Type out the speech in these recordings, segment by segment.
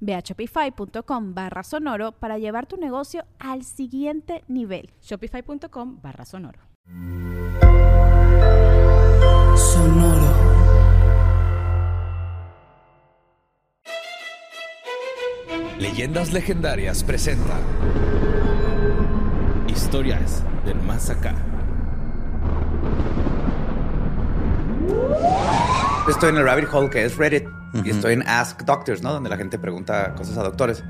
Ve a shopify.com barra sonoro para llevar tu negocio al siguiente nivel. Shopify.com barra sonoro. Sonoro. Leyendas legendarias presenta Historias del más acá. Estoy en el rabbit hole que es Reddit y estoy en Ask Doctors, ¿no? Donde la gente pregunta cosas a doctores.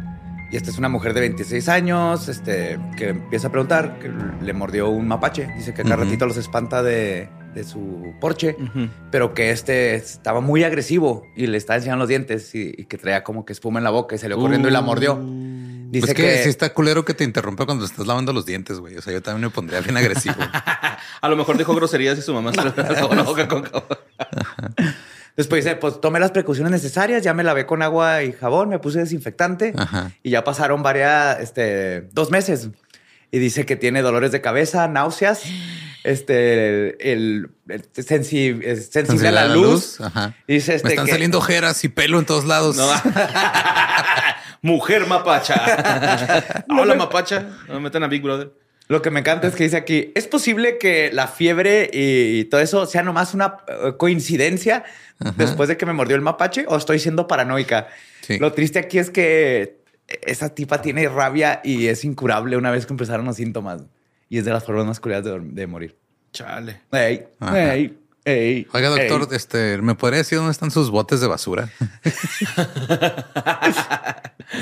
Y esta es una mujer de 26 años este, que empieza a preguntar, que le mordió un mapache. Dice que cada Ujú. ratito los espanta de, de su porche, Ujú. pero que este estaba muy agresivo y le estaba enseñando los dientes y, y que traía como que espuma en la boca y salió corriendo y la mordió. Dice Pues que, que, si está culero que te interrumpa cuando estás lavando los dientes, güey. O sea, yo también me pondría bien agresivo. A lo mejor dijo groserías y su mamá se le tapó la boca con jabón. después dice, pues tomé las precauciones necesarias, ya me lavé con agua y jabón, me puse desinfectante. Ajá. Y ya pasaron varias, este, dos meses. Y dice que tiene dolores de cabeza, náuseas, este, el, el sensi- es sensible a la, luz. Ajá. Y dice este me están que- saliendo ojeras y pelo en todos lados. No. Mujer mapacha. Hola mapacha. No me metan a Big Brother. Lo que me encanta es que dice aquí, es posible que la fiebre y, y todo eso sea nomás una eh, coincidencia después de que me mordió el mapache o estoy siendo paranoica. Sí. Lo triste aquí es que esa tipa tiene rabia y es incurable una vez que empezaron los síntomas. Y es de las formas más curiosas de, dorm- de morir. Chale. Ey, Ajá. ey, ey, Oiga, doctor, ey. este, ¿me podría decir dónde están sus botes de basura?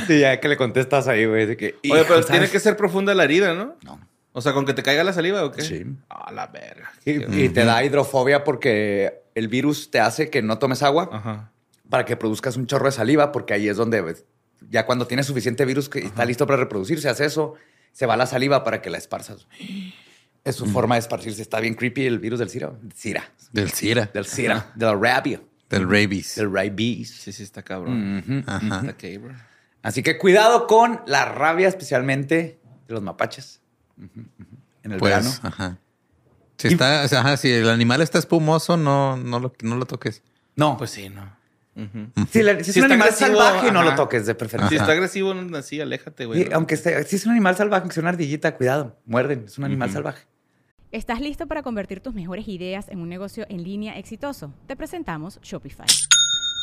Sí, ya que le contestas ahí, güey. de que, Oye, pero "Hijo, tiene ¿sabes?". que ser profunda la herida, ¿no? No. O sea, con que te caiga la saliva o qué? Sí. A la verga. Y, y te da hidrofobia porque el virus te hace que no tomes agua Ah. Ajá. para que produzcas un chorro de saliva, porque ahí es donde pues, ya cuando tienes suficiente virus que está listo para reproducirse, hace eso, se va la saliva para que la esparzas. Es Mm. su forma de esparcirse. Está bien creepy el virus del Cira. Cira. Del Cira, Del Cira. De la rabia. del rabies. Del rabies. Sí, sí, está cabrón. Ujú. Ajá. Está cabrón. Así que cuidado con la rabia, especialmente de los mapaches. Ujú, ujú. En el Pues, verano. ah, ajá. Si está, o sea, ajá, si el animal está espumoso, no, no lo, no lo toques. No, Pues sí, no. Ujú. Si, la- si es Si un está animal agresivo, salvaje, no ajá. lo toques de preferencia. Si está agresivo, no- así, aléjate, güey. Sí, ¿no? aunque esté- si es un animal salvaje, aunque sea una ardillita, cuidado, muerden, es un animal salvaje. ¿Estás listo para convertir tus mejores ideas en un negocio en línea exitoso? Te presentamos Shopify.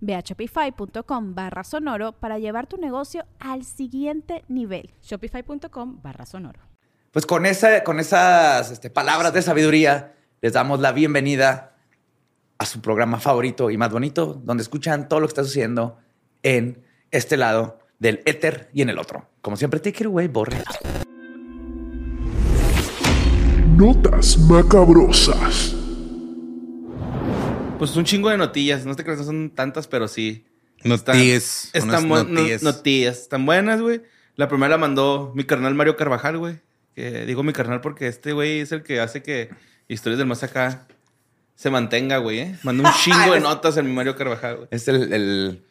Ve a shopify.com barra sonoro para llevar tu negocio al siguiente nivel. Shopify.com barra sonoro. Pues con, esa, con esas este, palabras de sabiduría, les damos la bienvenida a su programa favorito y más bonito, donde escuchan todo lo que está sucediendo en este lado del éter y en el otro. Como siempre, take it away, borre. Notas macabrosas. Pues un chingo de notillas. No te creas, no son tantas, pero sí. Están- Notíes. Están unas buenas. Notillas. Están buenas, güey. La primera la mandó mi carnal Mario Carvajal, güey. que digo mi carnal porque este güey es el que hace que Historias del Más Acá se mantenga, güey. ¿eh? Manda un chingo de notas en mi Mario Carvajal, güey. Es el, el-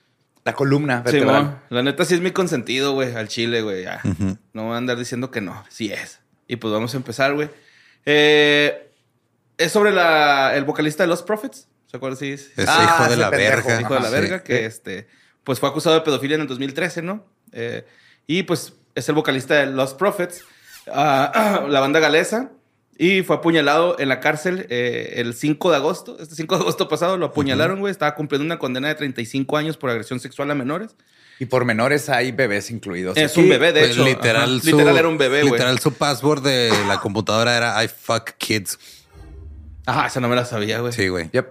la columna Sí, vertebral. la neta sí es mi consentido, güey, al chile, güey. ya. No voy a andar diciendo que no, sí es. Y pues vamos a empezar, güey. Eh, es sobre la, el vocalista de Los Prophets. ¿Se acuerdan? Sí, sí, sí. Ese Ah, hijo de ese la pendejo, verga. Ah, hijo de la Sí. eh. verga, que este, pues fue acusado de pedofilia en el 2013, ¿no? Eh, y pues es el vocalista de Los Prophets, ah, la banda galesa, y fue apuñalado en la cárcel eh, el 5 de agosto. Este 5 de agosto pasado lo apuñalaron, güey. Estaba cumpliendo una condena de 35 años por agresión sexual a menores. Y por menores hay bebés incluidos. es Aquí- un bebé, de Pues, hecho. literal, Ajá. su- literal era un bebé, güey. Literal, su password de la computadora era I fuck kids. Ajá, esa no me la sabía, güey. Sí, güey. Yep.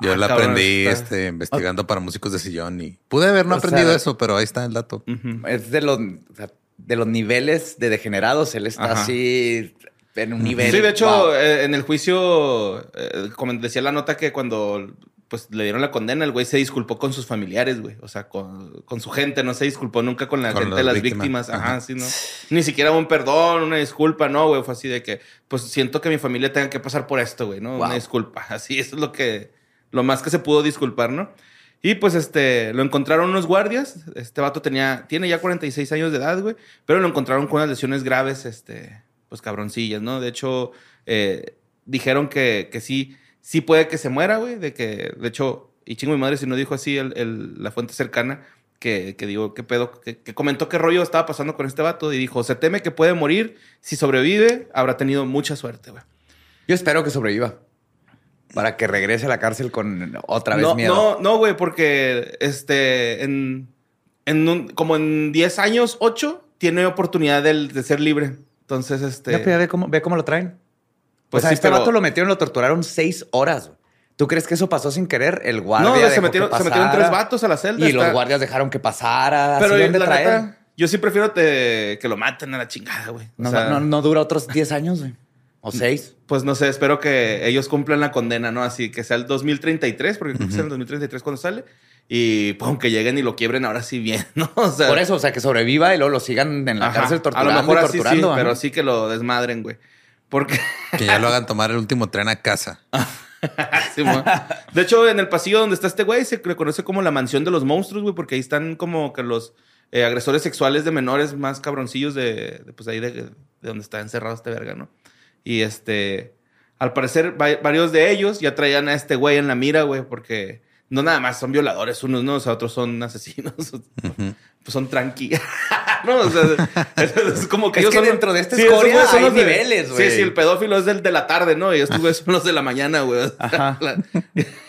Yo Ah, la cabrón, aprendí está- este, investigando para músicos de sillón y pude haber no O sea- aprendido eso, pero ahí está el dato. Ujú. Es de los, o sea, de los niveles de degenerados. Él está Ajá. así en un nivel. Sí, de hecho, wow. eh, en el juicio, eh, como decía la nota que cuando pues le dieron la condena, el güey se disculpó con sus familiares, güey. O sea, con, con su gente, no se disculpó nunca con la Con gente las de las víctimas. víctimas. Ajá, Ajá. sí, ¿no? Ni siquiera un perdón, una disculpa, no, güey. Fue así de que, pues siento que mi familia tenga que pasar por esto, güey, ¿no? Una Wow. disculpa. Así, eso es lo que, lo más que se pudo disculpar, ¿no? Y pues este, lo encontraron unos guardias. Este vato tenía, tiene ya 46 años de edad, güey. Pero lo encontraron con unas lesiones graves, este, pues cabroncillas, ¿no? De hecho, eh, dijeron que, que sí, sí puede que se muera, güey. De que, de hecho, y chingo mi madre si no dijo así el- el- la fuente cercana. Que, que digo, qué pedo, que, que comentó qué rollo estaba pasando con este vato y dijo, se teme que puede morir, si sobrevive, habrá tenido mucha suerte, güey. Yo espero que sobreviva. Para que regrese a la cárcel con otra vez no, miedo. No, no, güey, porque este, en, en un- como en 10 años, 8, tiene oportunidad del- de, ser libre. Entonces, este. Ya, pero ya ve cómo, ve cómo lo traen. o Pues sea, sí, este pero- vato lo metieron, lo torturaron seis horas. güey. ¿Tú crees que eso pasó sin querer? El guardia. no, dejó se que metieron, se metieron pasara, tres vatos a la celda. Y está- los guardias dejaron que pasara. Pero Pero la dónde traer? neta, yo sí prefiero te- que lo maten a la chingada, güey. O No, sea, no, no dura otros 10 años, güey. O 6. Pues no sé, espero que ellos cumplan la condena, ¿no? Así que sea el 2033, porque creo que es el 2033 cuando sale. Y pum, que lleguen y lo quiebren ahora sí bien, ¿no? O sea, Por eso, o sea, que sobreviva y luego lo sigan en la Ajá. cárcel torturando. A lo mejor y así sí, torturando, ajá. pero sí que lo desmadren, güey. Porque Que ya lo hagan tomar el último tren a casa. Simón. de hecho, en el pasillo donde está este güey se le conoce como la mansión de los monstruos, güey, porque ahí están como que los eh, agresores sexuales de menores más cabroncillos de, de, pues ahí de, de donde está encerrado este verga, ¿no? Y este, al parecer, va- varios de ellos ya traían a este güey en la mira, güey, porque no nada más son violadores unos, ¿no? O sea, otros son asesinos, Ujú. pues son tranqui. no, o sea, es, es como que Es ellos que son- dentro de esta esos escoria güeyes hay los de- niveles, güey. Ah. Sí, sí, el pedófilo es del de la tarde, ¿no? Y estos güeyes son los de la mañana, güey. O sea, la-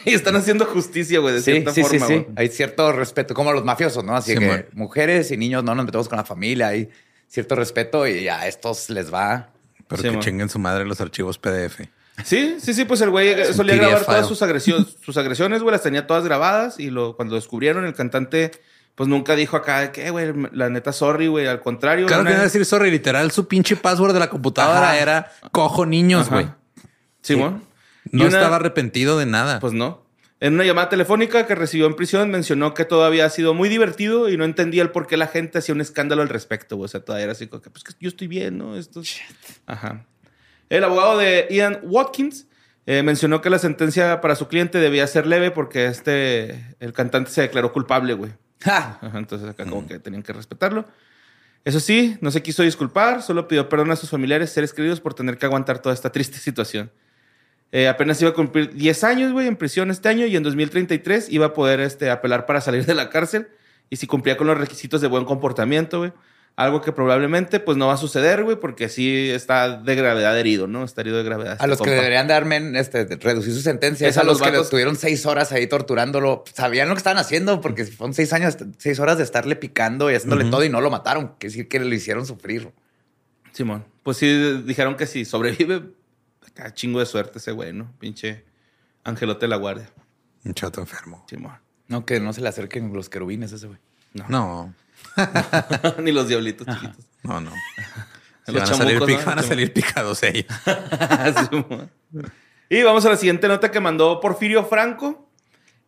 y están haciendo justicia, güey, de Sí, cierta sí, sí, forma, sí. güey. Hay cierto respeto, como los mafiosos, ¿no? Así Sí, que man. mujeres y niños no nos metemos con la familia. Hay cierto respeto y a estos les va. Pero Sí, que mo. chinguen su madre los archivos PDF. Sí, sí, sí, pues el güey un solía PDF grabar todas file. sus agresiones, sus agresiones, güey, las tenía todas grabadas y lo, cuando lo descubrieron, el cantante, pues nunca dijo acá de que, "Eh, güey, la neta, sorry, güey, al contrario. Claro una- que iba a decir, sorry, literal, su pinche password de la computadora Ajá. era cojo niños, Ajá. güey. Sí, güey. No Y una- estaba arrepentido de nada. Pues no. En una llamada telefónica que recibió en prisión mencionó que todo había sido muy divertido y no entendía el por qué la gente hacía un escándalo al respecto. güey. O sea, todavía era así como que, pues que yo estoy bien, ¿no? Esto... Ajá. El abogado de Ian Watkins eh, mencionó que la sentencia para su cliente debía ser leve porque este, el cantante se declaró culpable, güey. ¡Ja! Ajá, entonces acá como que tenían que respetarlo. Eso sí, no se quiso disculpar, solo pidió perdón a sus familiares, seres queridos por tener que aguantar toda esta triste situación. Eh, apenas iba a cumplir 10 años, güey, en prisión este año y en 2033 iba a poder este, apelar para salir de la cárcel y si cumplía con los requisitos de buen comportamiento, güey. Algo que probablemente pues no va a suceder, güey, porque sí está de gravedad herido, ¿no? Está herido de gravedad. A este los que compa. deberían darme este, reducir su sentencia. Es Es a a los los que lo vatos- estuvieron seis horas ahí torturándolo. Sabían lo que estaban haciendo porque fueron seis años, seis horas de estarle picando y haciéndole todo y no lo mataron. Quiere decir que lo hicieron sufrir. Simón. Pues sí, dijeron que si sobrevive, acá chingo de suerte ese güey, ¿no? Pinche angelote de la guardia. Un chato enfermo. Simón. No, que no se le acerquen los querubines a ese güey. No, Ni los diablitos chiquitos. no, no. Los van, a salir, chamucos, pic- ¿no? van a Los salir picados ellos. Simón. Ah, y vamos a la siguiente nota que mandó Porfirio Franco.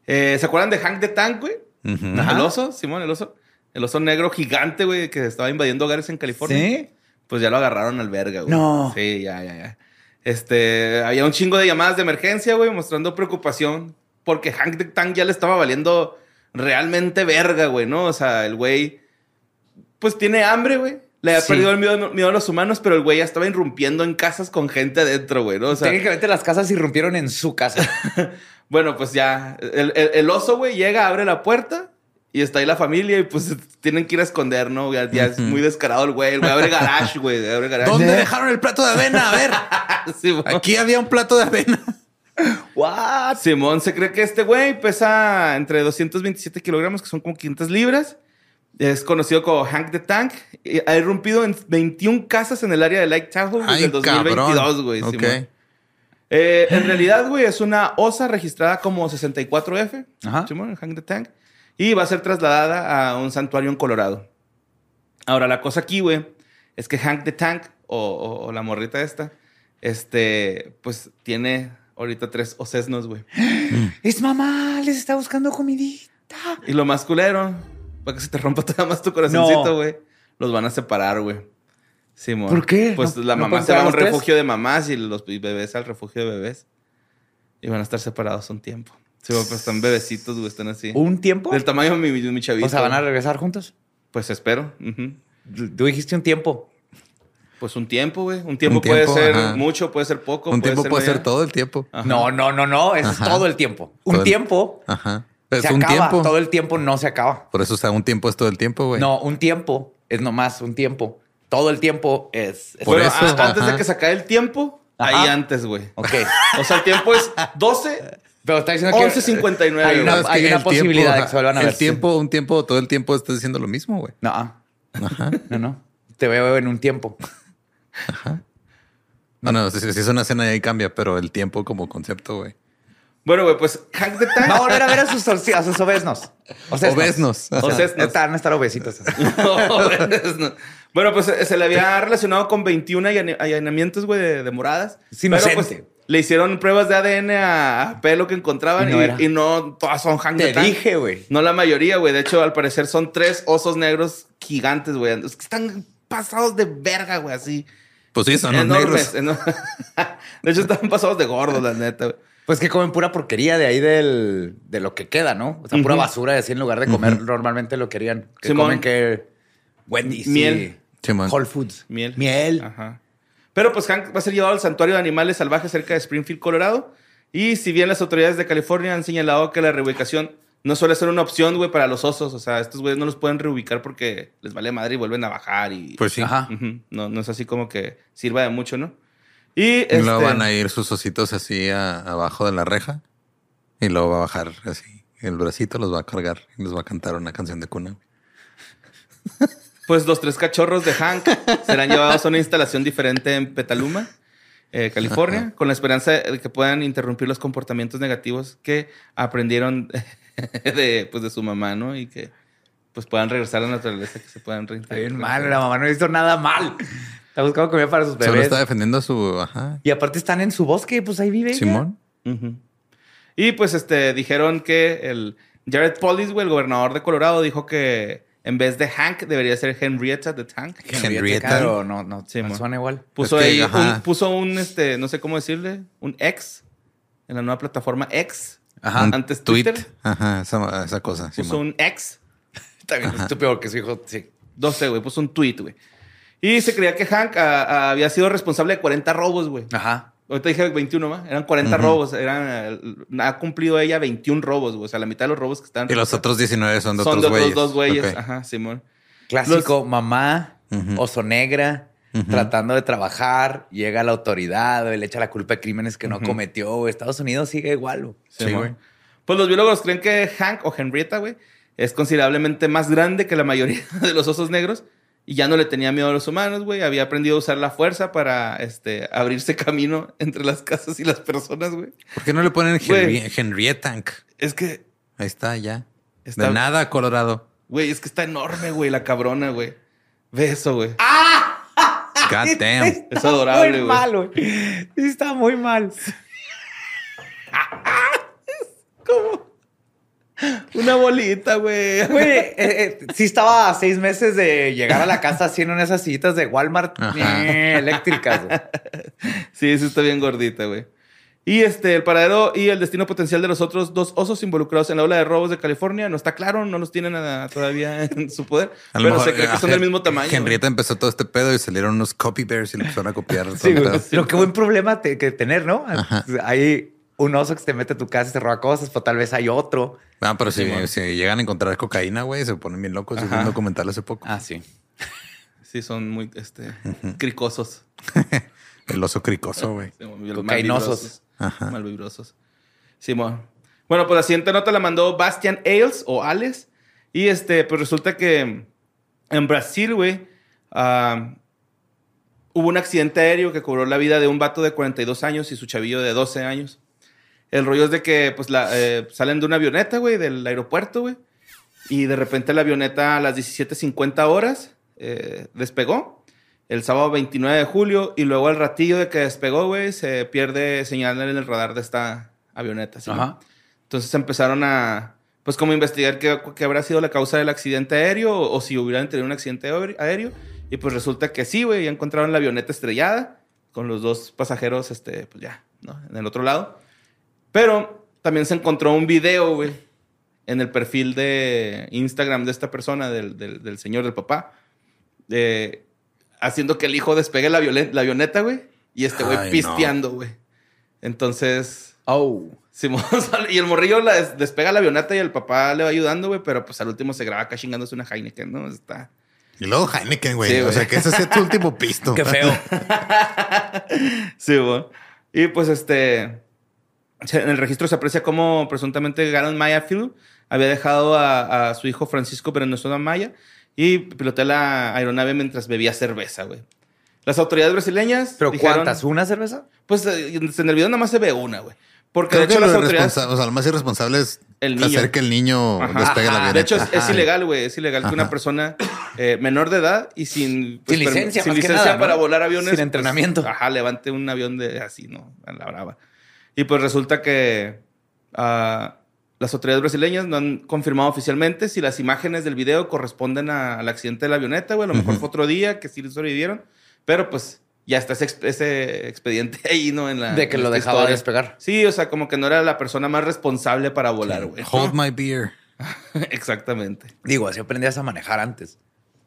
Eh, ¿Se acuerdan de Hank de Tank, güey? Ujú. El oso, Simón, el oso. El oso negro gigante, güey, que estaba invadiendo hogares en California. pues ya lo agarraron al verga, güey. No. Sí, ya, ya, ya. Este, había un chingo de llamadas de emergencia, güey, mostrando preocupación porque Hank the Tank ya le estaba valiendo realmente verga, güey, ¿no? O sea, el güey, pues tiene hambre, güey. Le ha Sí. perdido el miedo, miedo a los humanos, pero el güey ya estaba irrumpiendo en casas con gente adentro, güey, ¿no? O sea, Técnicamente las casas irrumpieron en su casa. bueno, pues ya, el, el- el oso, güey, llega, abre la puerta y está ahí la familia y pues tienen que ir a esconder, ¿no? Ya, ya es muy descarado el güey, el güey abre garage, güey, abre garage. ¿Dónde dejaron el plato de avena? A ver, Sí, güey. aquí había un plato de avena. What? Simón se cree que este güey pesa entre 227 kilogramos, que son como 500 libras. Es conocido como Hank the Tank. Y ha irrumpido en 21 casas en el área de Lake Tahoe desde Ay, el 2022, cabrón. güey. Ok. Simón. Eh, en realidad, güey, es una osa registrada como 64F, Ajá. Simón, Hank the Tank, y va a ser trasladada a un santuario en Colorado. Ahora, la cosa aquí, güey, es que Hank the Tank, o, o- o la morrita esta, este, pues tiene ahorita tres ocesnos, güey. Es mamá, les está buscando comidita. Y lo más culero, para que se te rompa todavía más tu corazoncito, No. güey, los van a separar, güey. Simón. ¿Por qué? Pues ¿No- la no mamá pueden se va entrar a un los tres? refugio de mamás y los y bebés al refugio de bebés. Y van a estar separados un tiempo. Sí, güey, pues están bebecitos, güey, están así. ¿Un tiempo? Del tamaño de mi, de mi chavito. O sea, ¿van a güey. regresar juntos? Pues espero. ujú. Tú dijiste un tiempo. Pues un tiempo, güey. Un tiempo Un puede tiempo, ser ajá. mucho, puede ser poco. Un tiempo puede ser media. todo el tiempo. Ajá. No, no, no, no. Eso Ajá. es todo el tiempo. Un Todo el- tiempo Ajá. Es Pues se un acaba. tiempo. Todo el tiempo no se acaba. Por eso, o sea, un tiempo es todo el tiempo, güey. No, un tiempo es nomás un tiempo. Todo el tiempo es. es- Por Bueno, eso, a- antes de ajá. que se acabe el tiempo, Ajá. ahí antes, güey. Ok. O sea, el tiempo es 12 Pero está diciendo que. 11.59, Hay No, una, es que hay una el posibilidad tiempo, de que se vuelvan a ajá, ver. El tiempo, un tiempo, todo el tiempo estás diciendo lo mismo, güey. No. No, no. Te veo en un tiempo. No, no, si, si es una escena ahí cambia, pero el tiempo como concepto, güey. Bueno, güey, pues Hank the Tank. Va a volver a ver a sus, orci- a sus obesnos. Obesnos. Obesnos. O sea, Obesnos. están, estar obesitos. No, es no. Bueno, pues eh, se le había relacionado con 21 allane- allanamientos, güey, de, de moradas. pues, Es inocente. le hicieron pruebas de ADN a, a pelo que encontraban y Y y no no, era. todas son Hank Te the Tank. dije, güey. No la mayoría, güey. De hecho, al parecer son tres osos negros gigantes, güey. Es que están pasados de verga, güey, así. Pues sí, son los negros. enormes. De hecho, están pasados de gordos, la neta, güey. Pues que comen pura porquería de ahí del, de lo que queda, ¿no? O sea, pura basura y así en lugar de comer normalmente lo que querían. Que Simón. comen que Wendy's. y Miel. Simón. Ah. Whole Foods. Miel. Miel. Ajá. Pero pues Hank va a ser llevado al santuario de animales salvajes cerca de Springfield, Colorado. Y si bien las autoridades de California han señalado que la reubicación no suele ser una opción, güey, para los osos. O sea, estos güeyes no los pueden reubicar porque les vale madre y vuelven a bajar. Y Pues sí. Ajá. Ujú. no, no es así como que sirva de mucho, ¿no? Y Y luego este, van a ir sus ositos así a- abajo de la reja y luego va a bajar así. El bracito los va a cargar y les va a cantar una canción de cuna. güey. pues los tres cachorros de Hank serán llevados a una instalación diferente en Petaluma, eh, California, Ajá. con la esperanza de que puedan interrumpir los comportamientos negativos que aprendieron de, pues, de su mamá, ¿no? Y que pues puedan regresar a la naturaleza, que se puedan Está reintegrar. bien mal. La mamá no hizo nada mal. Está buscando comida para sus Solo bebés. está defendiendo a su... Ajá. Y aparte están en su bosque, pues ahí vive. ella. Simón. Ujú. Y pues este, dijeron que el Jared Polis, güey, el gobernador de Colorado, dijo que en vez de Hank debería ser Henrietta the Tank. Henrietta. Claro, no, no, Simón. no suena igual. Puso Es que, ahí, ajá. un, puso un, este, no sé cómo decirle, un ex en la nueva plataforma X. Ajá. Un Antes tweet. Twitter. Ajá, esa, esa cosa. Puso Simón. un ex. Está bien estúpido que su hijo, sí. 12, güey. Puso un tweet, güey. Y se creía que Hank ah, ah, había sido responsable de 40 robos, güey. Ajá. Ahorita dije 21, más. Eran 40 Ah. Ujú. robos. Eran, eh, ha cumplido ella 21 robos, güey. O sea, la mitad de los robos que están. Y los otros 19 son de son otros de güeyes. otros dos güeyes. Ok. Ajá, Simón. Clásico, mamá, Ujú. oso negra, Ujú. tratando de trabajar, llega la autoridad, güey, le echa la culpa de crímenes que no Ujú. cometió. güey. Estados Unidos sigue igual. güey. Sí, Simón. güey. Pues los biólogos creen que Hank o Henrietta, güey, es considerablemente más grande que la mayoría de los osos negros y ya no le tenía miedo a los humanos, güey. Había aprendido a usar la fuerza para este, abrirse camino entre las casas y las personas, güey. ¿Por qué no le ponen Güey. Henri- Henrietta? Es que, Ahí está, ya. Está- De nada, Colorado. güey, es que está enorme, güey, la cabrona, güey. Ve eso, güey. God Ah, damn. Es adorable, muy güey. mal, güey. Sí, Está muy mal. ¿Cómo? Una bolita, güey. Güey, eh, eh, sí estaba a seis meses de llegar a la casa haciendo esas sillitas de Walmart Ajá. eh, eléctricas. güey. Sí, sí está bien gordita, güey. Y este, el paradero y el destino potencial de los otros dos osos involucrados en la ola de robos de California no está claro, no los tienen ah, todavía en su poder, A lo pero mejor, se cree que son eh, del mismo tamaño. güey. Henrietta empezó todo este pedo y salieron unos copy bears y le empezaron a copiar. todo Sí, el güey. pedo. Pero qué buen problema te- que tener, ¿no? Ajá. Hay un oso que se mete a tu casa y te roba cosas, pero tal vez hay otro. Ah, pero si, si llegan a encontrar cocaína, güey, se ponen bien locos. Yo vi un documental hace poco. Ah. sí. Sí, son muy este, cricosos. El oso cricoso, güey. Sí, muy- los Cocainosos. malvibrosos. Malvibrosos. Simón. Bueno, pues la siguiente nota la mandó Bastian Ailes o Ales. Y este, pues resulta que en Brasil, güey, ah, hubo un accidente aéreo que cobró la vida de un vato de 42 años y su chavillo de 12 años. El rollo es de que, pues, la, eh, salen de una avioneta, güey, del aeropuerto, güey. Y de repente la avioneta a las 17.50 horas eh, despegó el sábado 29 de julio y luego al ratillo de que despegó, güey, se pierde señal en el radar de esta avioneta. ¿sí? Ajá. Entonces empezaron a, pues como investigar qué, qué habrá sido la causa del accidente aéreo o, o si hubieran tenido un accidente aer- aéreo. Y pues resulta que sí, güey, ya encontraron la avioneta estrellada con los dos pasajeros, este, pues ya, ¿no? En el otro lado. Pero también se encontró un video, güey, en el perfil de Instagram de esta persona, del, del- del señor, del papá, de- haciendo que el hijo despegue la, violen- la avioneta, güey, y este güey Ay, no. pisteando, güey. Entonces... Oh. Simón sale- y el morrillo la des- despega la avioneta y el papá le va ayudando, güey, pero pues al último se graba acá chingándose una Heineken, ¿no? Está. Y luego Heineken, güey. Sí, o güey. sea, que ese sea tu último pisto. Qué feo. Sí, güey. Y pues este. se- En el registro se aprecia cómo presuntamente Galen Mayafield había dejado a, a su hijo Francisco Venezuela Maya y pilotea la aeronave mientras bebía cerveza, güey. Las autoridades brasileñas. ¿Pero dijeron- cuántas? ¿Una cerveza? Pues eh, en el video nada más se ve una, güey. Porque Creo de hecho que lo, las autoridades. irresponsa- o sea, lo más irresponsable es El niño. hacer que el niño Ajá. despegue la avioneta. De hecho, es, es Ajá. ilegal, güey. Es ilegal que una Ajá. persona eh, menor de edad y sin, pues, Sin perm- licencia, sin más que licencia nada, ¿no? para volar aviones. Sin pues, entrenamiento. ajá, levante un avión de así, ¿no? A la brava. Y pues resulta que ah, las autoridades brasileñas no han confirmado oficialmente si las imágenes del video corresponden a- al accidente de la avioneta, güey. A lo mejor fue otro día que sí sobrevivieron, pero pues ya está ese, ex- ese expediente ahí, ¿no? En la, De que en lo esta dejaba historia. despegar. Sí, o sea, como que no era la persona más responsable para volar, güey. Hold my beer. Exactamente. Digo, así aprendías a manejar antes,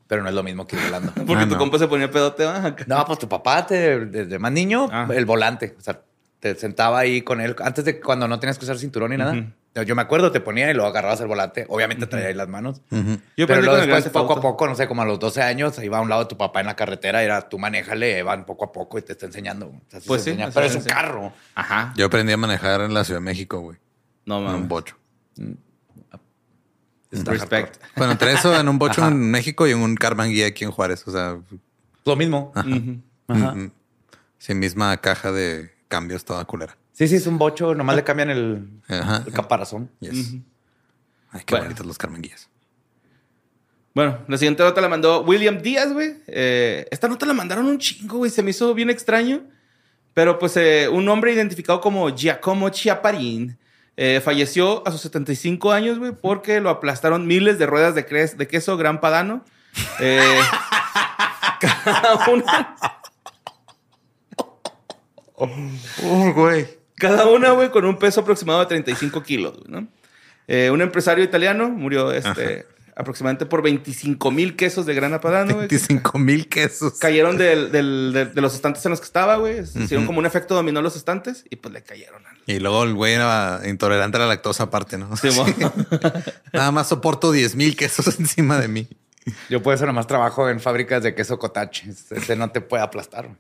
pero no es lo mismo que ir volando. Porque Ah, tu no. compa se ponía pedote baja. No, pues tu papá, te- desde más niño, Ah. el volante. O sea, te sentaba ahí con él antes de cuando no tenías que usar cinturón ni nada. Ujú. Yo- Yo me acuerdo, te ponía y lo agarrabas el volante. Obviamente traía ahí las manos. Ujú. Yo pero luego aprendí con el Grand después, Theft poco a Auto. poco, no sé, como a los 12 años, iba a un lado de tu papá en la carretera, era tú manéjale, van poco a poco y te está enseñando. O sea, así Pues se sí, enseña. así pero se es un enseña. carro. Ajá. Yo aprendí a manejar en la Ciudad de México, güey. No En un mames. bocho. Está Respect. hardcore. Bueno, entre eso, en un bocho en México y en un Carman Guía aquí en Juárez. O sea, Lo mismo. Ujú. mm, mm. sí, misma caja de cambios toda culera. Sí, sí, es un bocho, nomás le cambian el, Ajá. el caparazón. Yes. Ay, qué Bueno. bonitos los Carmen Guías. Bueno, la siguiente nota la mandó William Díaz, güey. Eh, esta nota la mandaron un chingo, güey. Se me hizo bien extraño. Pero pues eh, un hombre identificado como Giacomo Chiaparín eh, falleció a sus 75 años, güey, porque lo aplastaron miles de ruedas de, cres- de queso gran padano. Eh, cada una, Oh, güey. cada una, güey, con un peso aproximado de 35 kilos, güey, ¿no? Eh, un empresario italiano murió este, aproximadamente por 25 mil quesos de grana padano, güey. 25 mil quesos. Cayeron del- del- de, de los estantes en los que estaba, güey. Se Hicieron como un efecto dominó los estantes y pues le cayeron. al- Y luego el güey era intolerante a la lactosa aparte, ¿no? Sí, mo. Nada más soporto 10 mil quesos encima de mí. Yo por eso nomás trabajo en fábricas de queso cottage. Ese no te puede aplastar. güey.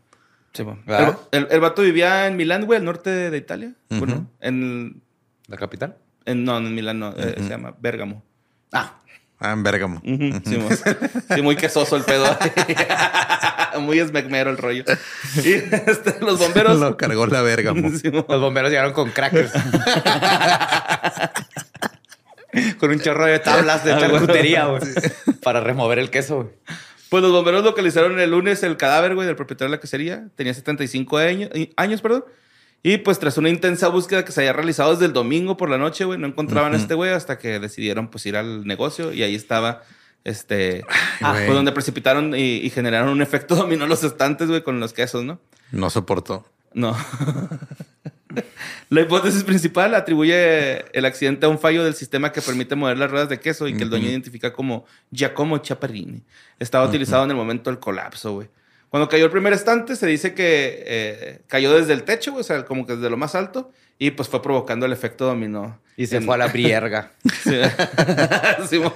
el, ¿Verdad? el- el vato vivía en Milán, güey, al norte de, de Italia. Ujú. Bueno, en, ¿La capital? en- No, en Milán no. eh, se llama Bérgamo. Ah, Ah, en Bérgamo. Ujú, sí, mo. Sí, muy quesoso el pedo. muy esmecmero el rollo. Y este, los bomberos... Lo cargó la Bérgamo. Sí, mo. los bomberos llegaron con crackers. con un chorro de tablas de Ah, güey. charcutería, güey. Para remover el queso, güey. Pues los bomberos localizaron el lunes el cadáver, güey, del propietario de la quesería. Tenía 75 año- años, perdón. Y pues tras una intensa búsqueda que se había realizado desde el domingo por la noche, güey, no encontraban a este güey hasta que decidieron pues ir al negocio y ahí estaba este ah, güey. fue donde precipitaron y, y generaron un efecto dominó en los estantes, güey, con los quesos, ¿no? No soportó. No. La hipótesis principal atribuye el accidente a un fallo del sistema que permite mover las ruedas de queso y que el dueño identifica como Giacomo Chaparini. Estaba utilizado en el momento del colapso, güey. Cuando cayó el primer estante, se dice que eh, cayó desde el techo, güey, o sea, como que desde lo más alto, y pues fue provocando el efecto dominó. Y se En- fue a la brierga. Sí. Simón.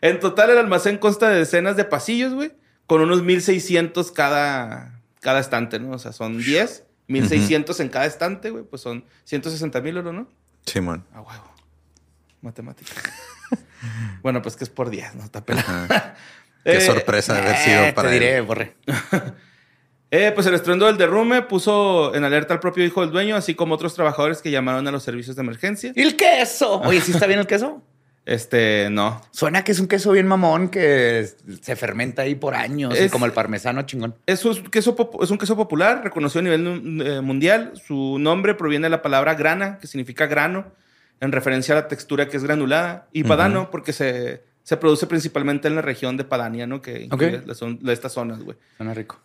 en total, el almacén consta de decenas de pasillos, güey, con unos 1600 cada, cada estante, ¿no? O sea, son 10, 1600 en cada estante, güey, pues son 160 mil euros, ¿no? Simón. A huevo. Matemáticas. bueno, pues que es por 10, ¿no? Está pelado. Ajá. Ah, Qué Eh, sorpresa haber sido Eh, para te diré, él. borre. Eh, pues el estruendo del derrumbe puso en alerta al propio hijo del dueño, así como otros trabajadores que llamaron a los servicios de emergencia. ¿Y el queso? Oye, ¿sí está bien el queso? Este, no. Suena que es un queso bien mamón que se fermenta ahí por años, y Es- como el parmesano chingón. Es un, queso, pop- es un queso popular, reconocido a nivel eh, mundial. Su nombre proviene de la palabra grana, que significa grano, en referencia a la textura que es granulada, y padano, porque se, se produce principalmente en la región de Padania, ¿no? Que incluye Ok. la zon- la- estas zonas, güey. Suena rico.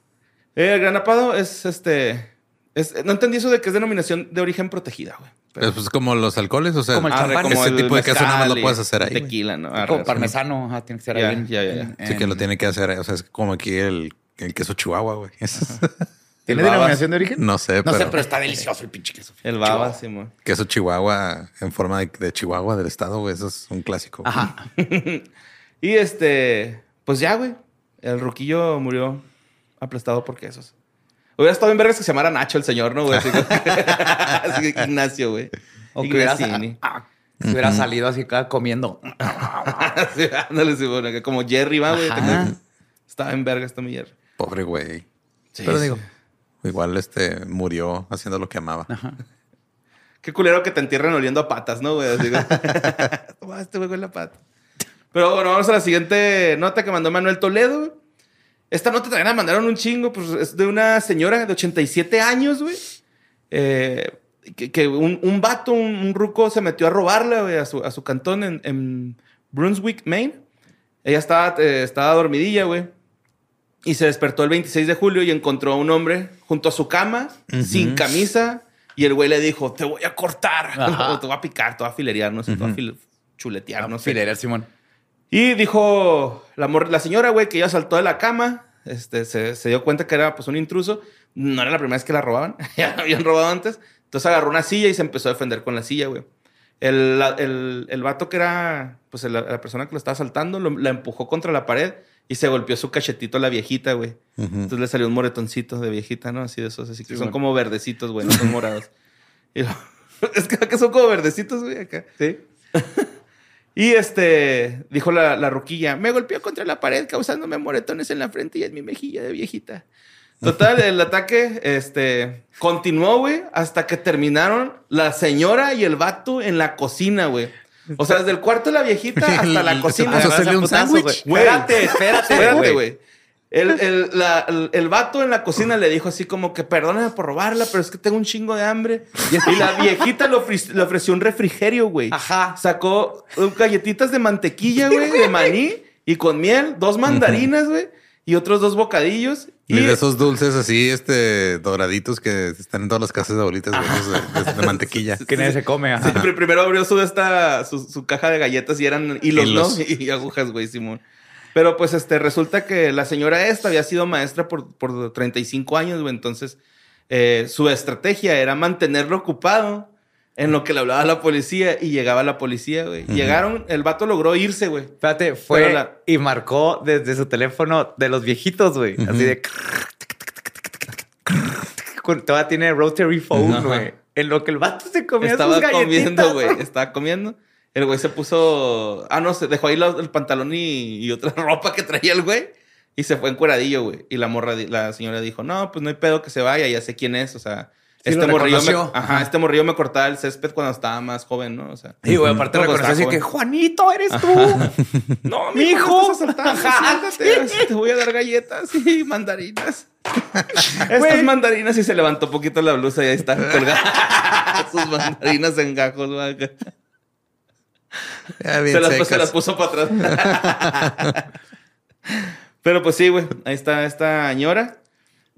Eh, el granapado es este. es- no entendí eso de que es denominación de origen protegida, güey. Pero, pues, como los alcoholes, o sea, Como el Ah, champán. ese el tipo de queso nada más mezcal lo y puedes hacer ahí. güey. Tequila, ¿no? Ah, Como raro. parmesano, ajá, tiene que ser Ya, alguien. ya, ya, ya. Sí, que lo tiene que hacer. eh. O sea, es como aquí el, el queso chihuahua, güey. Es- ¿Tiene Babas. denominación de origen? no sé, No pero, sé, pero está delicioso el pinche queso. El baba, Simón. queso chihuahua en forma de, de chihuahua del estado, güey. Eso es un clásico. güey. Ajá. Y este, pues ya, güey. El ruquillo murió aplastado por quesos. Hubiera estado en vergas que se llamara Nacho el señor, ¿no, güey? Así que, así que Ignacio, güey. O que hubiera, Ignacini. ah, que hubiera salido así acá comiendo. Así, ándale, sí, bueno, que como Jerry va, güey. Ajá. ¿te acuerdas? Estaba en vergas también Jerry. Pobre güey. Sí, pero sí. digo, igual este murió haciendo lo que amaba. Qué culero que te entierren oliendo a patas, ¿no, güey? Así que- Toma, este güey con la pata. Pero bueno, vamos a la siguiente nota que mandó Manuel Toledo, güey. Esta nota también la mandaron un chingo, pues es de una señora de 87 años, güey. Eh, que, que un, un vato, un, un ruco, se metió a robarla, güey, a su, a su cantón en, en Brunswick, Maine. Ella estaba, eh, estaba dormidilla, güey. Y se despertó el 26 de julio y encontró a un hombre junto a su cama, sin camisa. Y el güey le dijo, te voy a cortar, Ajá. o te voy a picar, te voy a filerear, no sé, te voy a fil- chuletear, no sé. Filera, Simón. Y dijo la, mor- la señora, güey, que ella saltó de la cama. Este, se, se dio cuenta que era pues un intruso. No era la primera vez que la robaban. ya la habían robado antes. Entonces agarró una silla y se empezó a defender con la silla, güey. El, la- el, el vato que era, pues la, la persona que lo estaba saltando, lo- la empujó contra la pared y se golpeó su cachetito a la viejita, güey. Entonces le salió un moretoncito de viejita, ¿no? Así de esos, así que son bueno. como verdecitos, güey, no son morados. Y lo- es que acá son como verdecitos, güey, acá. Sí. Y este, dijo la, la ruquilla, me golpeó contra la pared causándome moretones en la frente y en mi mejilla de viejita. Total, el ataque este, continuó, güey, hasta que terminaron la señora y el vato en la cocina, güey. O sea, desde el cuarto de la viejita hasta la Se cocina. puso a hacerle un Putazo, sándwich. güey. Espérate, espérate, espérate, güey. El, el- la- el- el vato en la cocina le dijo así como que perdóname por robarla, pero es que tengo un chingo de hambre. Y la viejita le, ofre- le ofreció un refrigerio, güey. Ajá. Sacó eh, galletitas de mantequilla, güey, de maní y con miel, dos mandarinas, güey, y otros dos bocadillos. Y de esos dulces así, este, doraditos que están en todas las casas de abuelitas, güey, esos de, de- de mantequilla. Que nadie se come. ajá. Sí, pr- primero abrió su, esta, su, su caja de galletas y eran hilos, Hilos. ¿no? Y, agujas, güey, Simón. Pero pues este, resulta que la señora esta había sido maestra por, por 35 años, güey. Entonces, eh, su estrategia era mantenerlo ocupado en lo que le hablaba la policía y llegaba la policía, güey. Llegaron, el vato logró irse, güey. Espérate, fue Pero la- y marcó desde su teléfono de los viejitos, güey. Así de. Con- Todavía tiene rotary phone, Ajá. güey. En lo que el vato se comía Estaba sus galletitas. comiendo, güey. Estaba comiendo. El güey se puso. Ah, no, se dejó ahí los- el pantalón y, y otra ropa que traía el güey. Y se fue encueradillo, güey. Y la morra, di- la señora dijo: No, pues no hay pedo que se vaya, ya sé quién es. O sea, Sí, este lo morrillo, me, reconoció. ajá, este morrillo me cortaba el césped cuando estaba más joven, ¿no? O sea, Y güey, aparte Cuando reconoció así estaba que joven. Juanito, eres tú. No, mi hijo. hijo. Siéntate, te voy a dar galletas y mandarinas. Estas mandarinas y se levantó poquito la blusa y ahí está colgada. Sus mandarinas en gajos. va, acá. Ya, Ah, bien Se las, pues, se secas. las puso para atrás. Pero pues sí, güey. Ahí está esta ñora.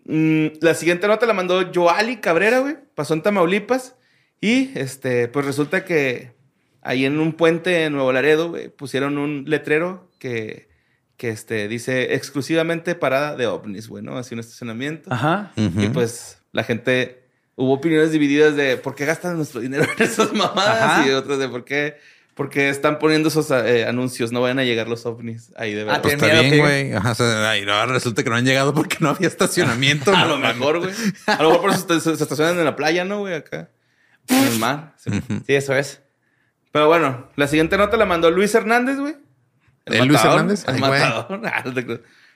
Mm, la siguiente nota la mandó Joali Cabrera, güey. Pasó en Tamaulipas. Y este, pues resulta que ahí en un puente en Nuevo Laredo, güey, pusieron un letrero que, que este, dice exclusivamente parada de ovnis, güey, ¿no? Así un estacionamiento. Ajá. Ujú. Y pues la gente hubo opiniones divididas de por qué gastan nuestro dinero en esas mamadas Ajá. y otras de por qué, por qué están poniendo esos eh, anuncios. No vayan a llegar los ovnis ahí de verdad. Ah, Pues está Tenía bien, que- güey. Ajá, o sea, ay, no, resulta que no han llegado porque no había estacionamiento. Ah, a no lo mames. mejor, güey. A lo mejor por eso se, se- se estacionan en la playa, ¿no, güey? Acá. En el mar. Sí. Sí, eso es. Pero bueno, la siguiente nota la mandó Luis Hernández, güey. ¿El Luis Hernández? El Ay, güey. matador. Ah,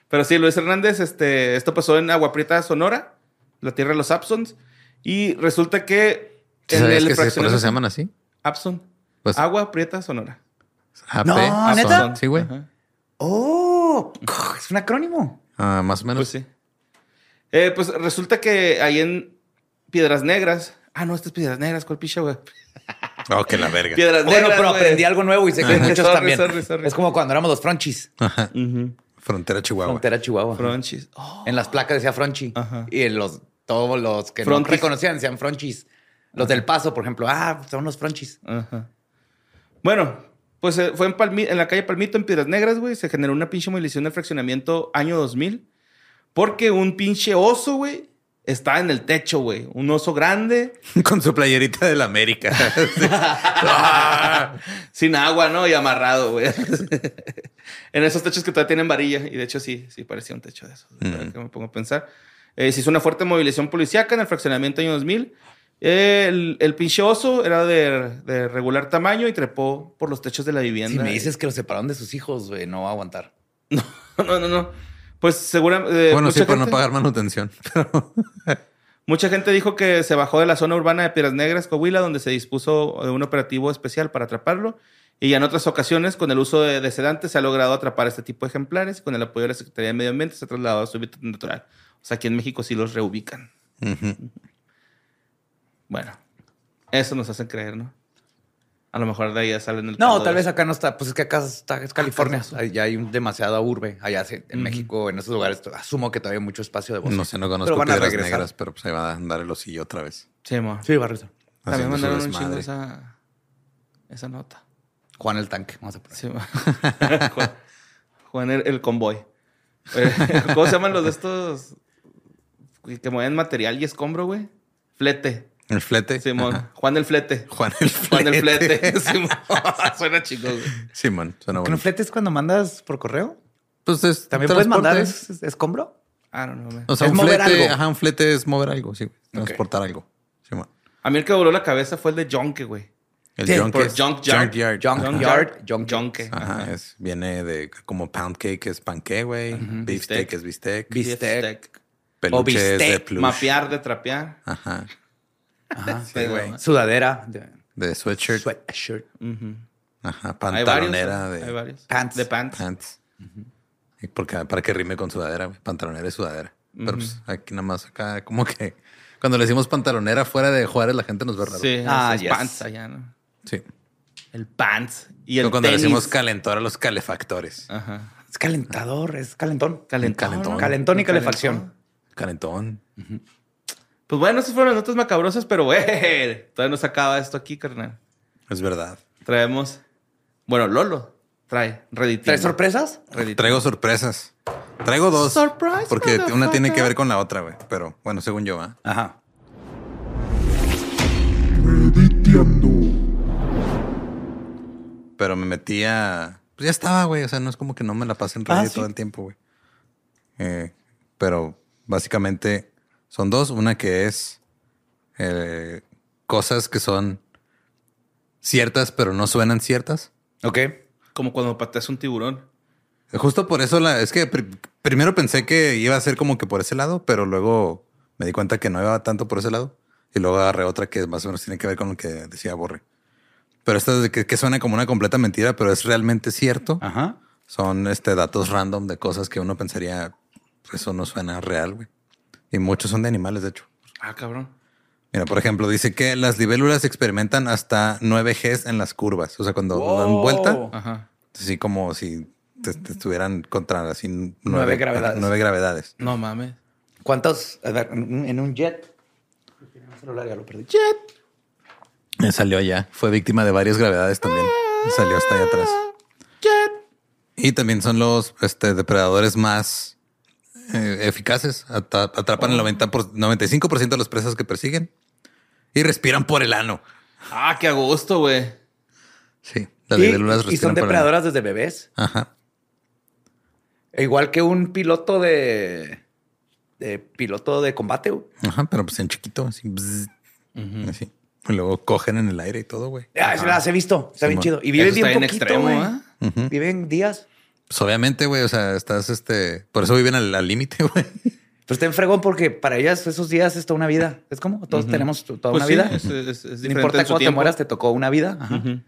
Pero sí, Luis Hernández, este, esto pasó en Agua Prieta, Sonora, la tierra de los Absons. Y resulta que. ¿Sí en sabías el que se- por eso fraccionamiento- Ah, se llaman así? Abson. Pues- Agua Prieta Sonora. AP, No, Abson. ¿neta? Sí, güey. Ajá. Oh, es un acrónimo. Ah, más o menos. Pues sí. Eh, pues resulta que ahí en Piedras Negras. Ah, no, estas Piedras Negras, ¿cuál picha, güey? Oh, que la verga. Piedras Bueno, Negras. pero güey. aprendí algo nuevo y sé que Ajá. muchos Sorry, también. sorry, sorry. Ah, Es como cuando éramos los Fronchis. Ajá. Ujú. Frontera Chihuahua. Frontera Chihuahua. Fronchis. Oh, En las placas decía Fronchi. Ajá. Y en los, todos los que Frontis. no reconocían decían Fronchis. Los del Paso, por ejemplo. Ah, son los Fronchis. ajá. Bueno, pues eh, fue en, Palmi- en la calle Palmito, en Piedras Negras, güey. Se generó una pinche movilización del fraccionamiento año 2000. Porque un pinche oso, güey, estaba en el techo, güey. Un oso grande. Con su playerita del América. Sí. Ah, Sin agua, ¿no? Y amarrado, güey. en esos techos que todavía tienen varilla. Y de hecho, sí, sí parecía un techo de esos. güey, ahora Mm. que me pongo a pensar. Eh, se hizo una fuerte movilización policíaca en el fraccionamiento año 2000. Eh, el, el pinche oso era de, de regular tamaño y trepó por los techos de la vivienda. Si me dices que los separaron de sus hijos, güey, no va a aguantar. No, no, no. Pues seguramente. bueno, sí, mucha, por no gente, pagar manutención. Pero mucha gente dijo que se bajó de la zona urbana de Piedras Negras, Coahuila, donde se dispuso de un operativo especial para atraparlo. Y en otras ocasiones, con el uso de, de sedantes, se ha logrado atrapar este tipo de ejemplares. Con el apoyo de la Secretaría de Medio Ambiente, se ha trasladado a su hábitat natural. O sea, aquí en México sí los reubican. Ujú. Bueno, eso nos hacen creer, ¿no? A lo mejor de ahí ya salen el. No, caldo tal de- vez acá no está. Pues es que acá está, es California. Ya hay un demasiada urbe. Allá sí, en Ujú. México, en esos lugares, asumo que todavía hay mucho espacio de bosque. no sé, no Pero conozco van a piedras regresar. negras, pero pues ahí va a dar el osillo otra vez. Sí, mo. Sí, va a regresar. También haciendo su mandaron un chingo desmadre. esa, esa nota. Juan el Tanque. Vamos a poner. Sí, ma. Juan, Juan el, el convoy. Eh, ¿Cómo se llaman los de estos que que mueven material y escombro, güey? Flete. El flete. Simón. Ajá. Juan el flete. Juan el flete. Juan el flete. Simón. Suena chico, güey. Simón, suena ¿Que no bueno. fletes cuando mandas por correo? Pues es ¿También puedes transporte. mandar es- es- escombro? Ah, no, no, güey. O sea, es un mover flete, algo. ajá, un flete es mover algo, sí, güey. Transportar algo. Simón. A mí el que voló la cabeza fue el de Jonke, güey. El Sí, junk por es- junk yard. yard. Junk Ajá. yard, junk Jonke. Ajá, es, viene de como pound cake es panqué, güey. Beefsteak Bistec. es bistec. Bis- bistec. Peluche O bistec. es de plush. Mapear de trapear. Ajá. Ajá. Pero, güey. Sudadera. de- De sweatshirt. Sweatshirt. ujú. Ajá. Hay varios. Pantalonera Hay de varios. pants. De pants. pants. Y porque, para que rime con sudadera, güey. Pantalonera y sudadera. Pero pues aquí nada más acá, como que cuando le decimos pantalonera fuera de Juárez, la gente nos ve raro. Sí, Ah, es yes. pants allá, ¿no? Sí. El pants. Y el Pero cuando le tenis. decimos calentor a los calefactores. Ajá. Es calentador, es calentón. Ah, Calentón. Calentón. ¿no? Calentón y Calentón. calefacción. Calentón. "Oh". Pues bueno, esas fueron las notas macabrosas, pero güey, todavía no se acaba esto aquí, carnal. Es verdad. Traemos. Bueno, Lolo trae Reddit. ¿Tres sorpresas? Traigo sorpresas. Traigo dos. Surprise, porque una tiene que ver con la otra, güey. Pero bueno, según yo, ¿ah? Ajá. Rediteando. Pero me metía. Pues ya estaba, güey. O sea, no es como que no me la pasen en Ah, Reddit sí. todo el tiempo, güey. Eh, pero básicamente son dos. Una que es eh, cosas que son ciertas, pero no suenan ciertas. Ok. Como cuando pateas un tiburón. Justo por eso la, es que pri- primero pensé que iba a ser como que por ese lado, pero luego me di cuenta que no iba tanto por ese lado. Y luego agarré otra que más o menos tiene que ver con lo que decía Borre. Pero esta es de que, que suena como una completa mentira, pero es realmente cierto. Ajá. Son este, datos random de cosas que uno pensaría, "Pues, eso no suena real, güey. Y muchos son de animales, de hecho. Ah, cabrón. Mira, por ejemplo, dice que las libélulas experimentan hasta 9 Gs en las curvas. O sea, cuando dan Wow. vuelta, Ajá. así como si te, te estuvieran contra así nueve, Nueve gravedades. nueve gravedades. No mames. ¿Cuántos? A ver, en un- en un jet. Un celular ya lo perdí. Eh, Salió allá. Fue víctima de varias gravedades también. Salió hasta allá atrás. Y también son los este, depredadores más eh, eficaces. Ata- atrapan el 90 por- 95% de los presas que persiguen y respiran por el ano. Ah, qué a gusto, güey. Sí, las Y- libélulas y son respiran por el ano. depredadoras desde bebés. Ajá. E Igual que un piloto de, de piloto de combate. güey. Ajá, pero pues en chiquito, así. bzz, Pues así. Y luego cogen en el aire y todo, güey. Ah, se las he visto. Está Sí, bien man. chido. Y viven Eso bien está bien poquito, extremo, güey. ¿ah? Ujú. Viven días. Pues obviamente, güey, o sea, estás este... Por eso viven al al límite, güey. Pero está en fregón porque para ellas esos días es toda una vida. Es como todos tenemos t- toda Pues una sí, vida. es- es- es no diferente importa en su cuándo te tiempo. mueras, te tocó una vida. Ajá. Ujú.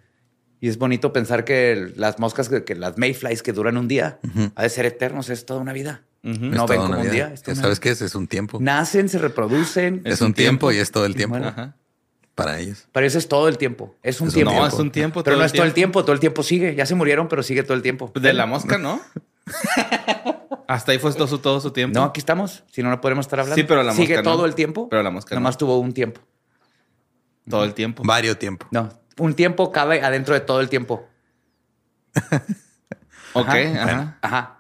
Y es bonito pensar que el- las moscas, que, que las mayflies que duran un día, ha de ser eternos, es toda una vida. No Ujú. Es ven toda como una un vida. día. es toda una ¿Sabes vida. qué es? Es un tiempo. Nacen, se reproducen. es un tiempo, y es todo el tiempo mueren. Pues Ajá. para ellos. Para eso es todo el tiempo. Es un Es un tiempo. No, es un tiempo. Pues Pero no es todo el tiempo, todo el tiempo sigue. Ya se murieron, pero sigue todo el tiempo. De la mosca, ¿no? Hasta ahí fue todo su, todo su tiempo. No, aquí estamos. Si no, no podemos estar hablando. Sí, pero la Sigue mosca no. todo el tiempo. Pero la mosca no. Nomás tuvo un tiempo. Todo el tiempo. Vario tiempo. No, un tiempo cabe adentro de todo el tiempo. Ok, ajá. Ajá.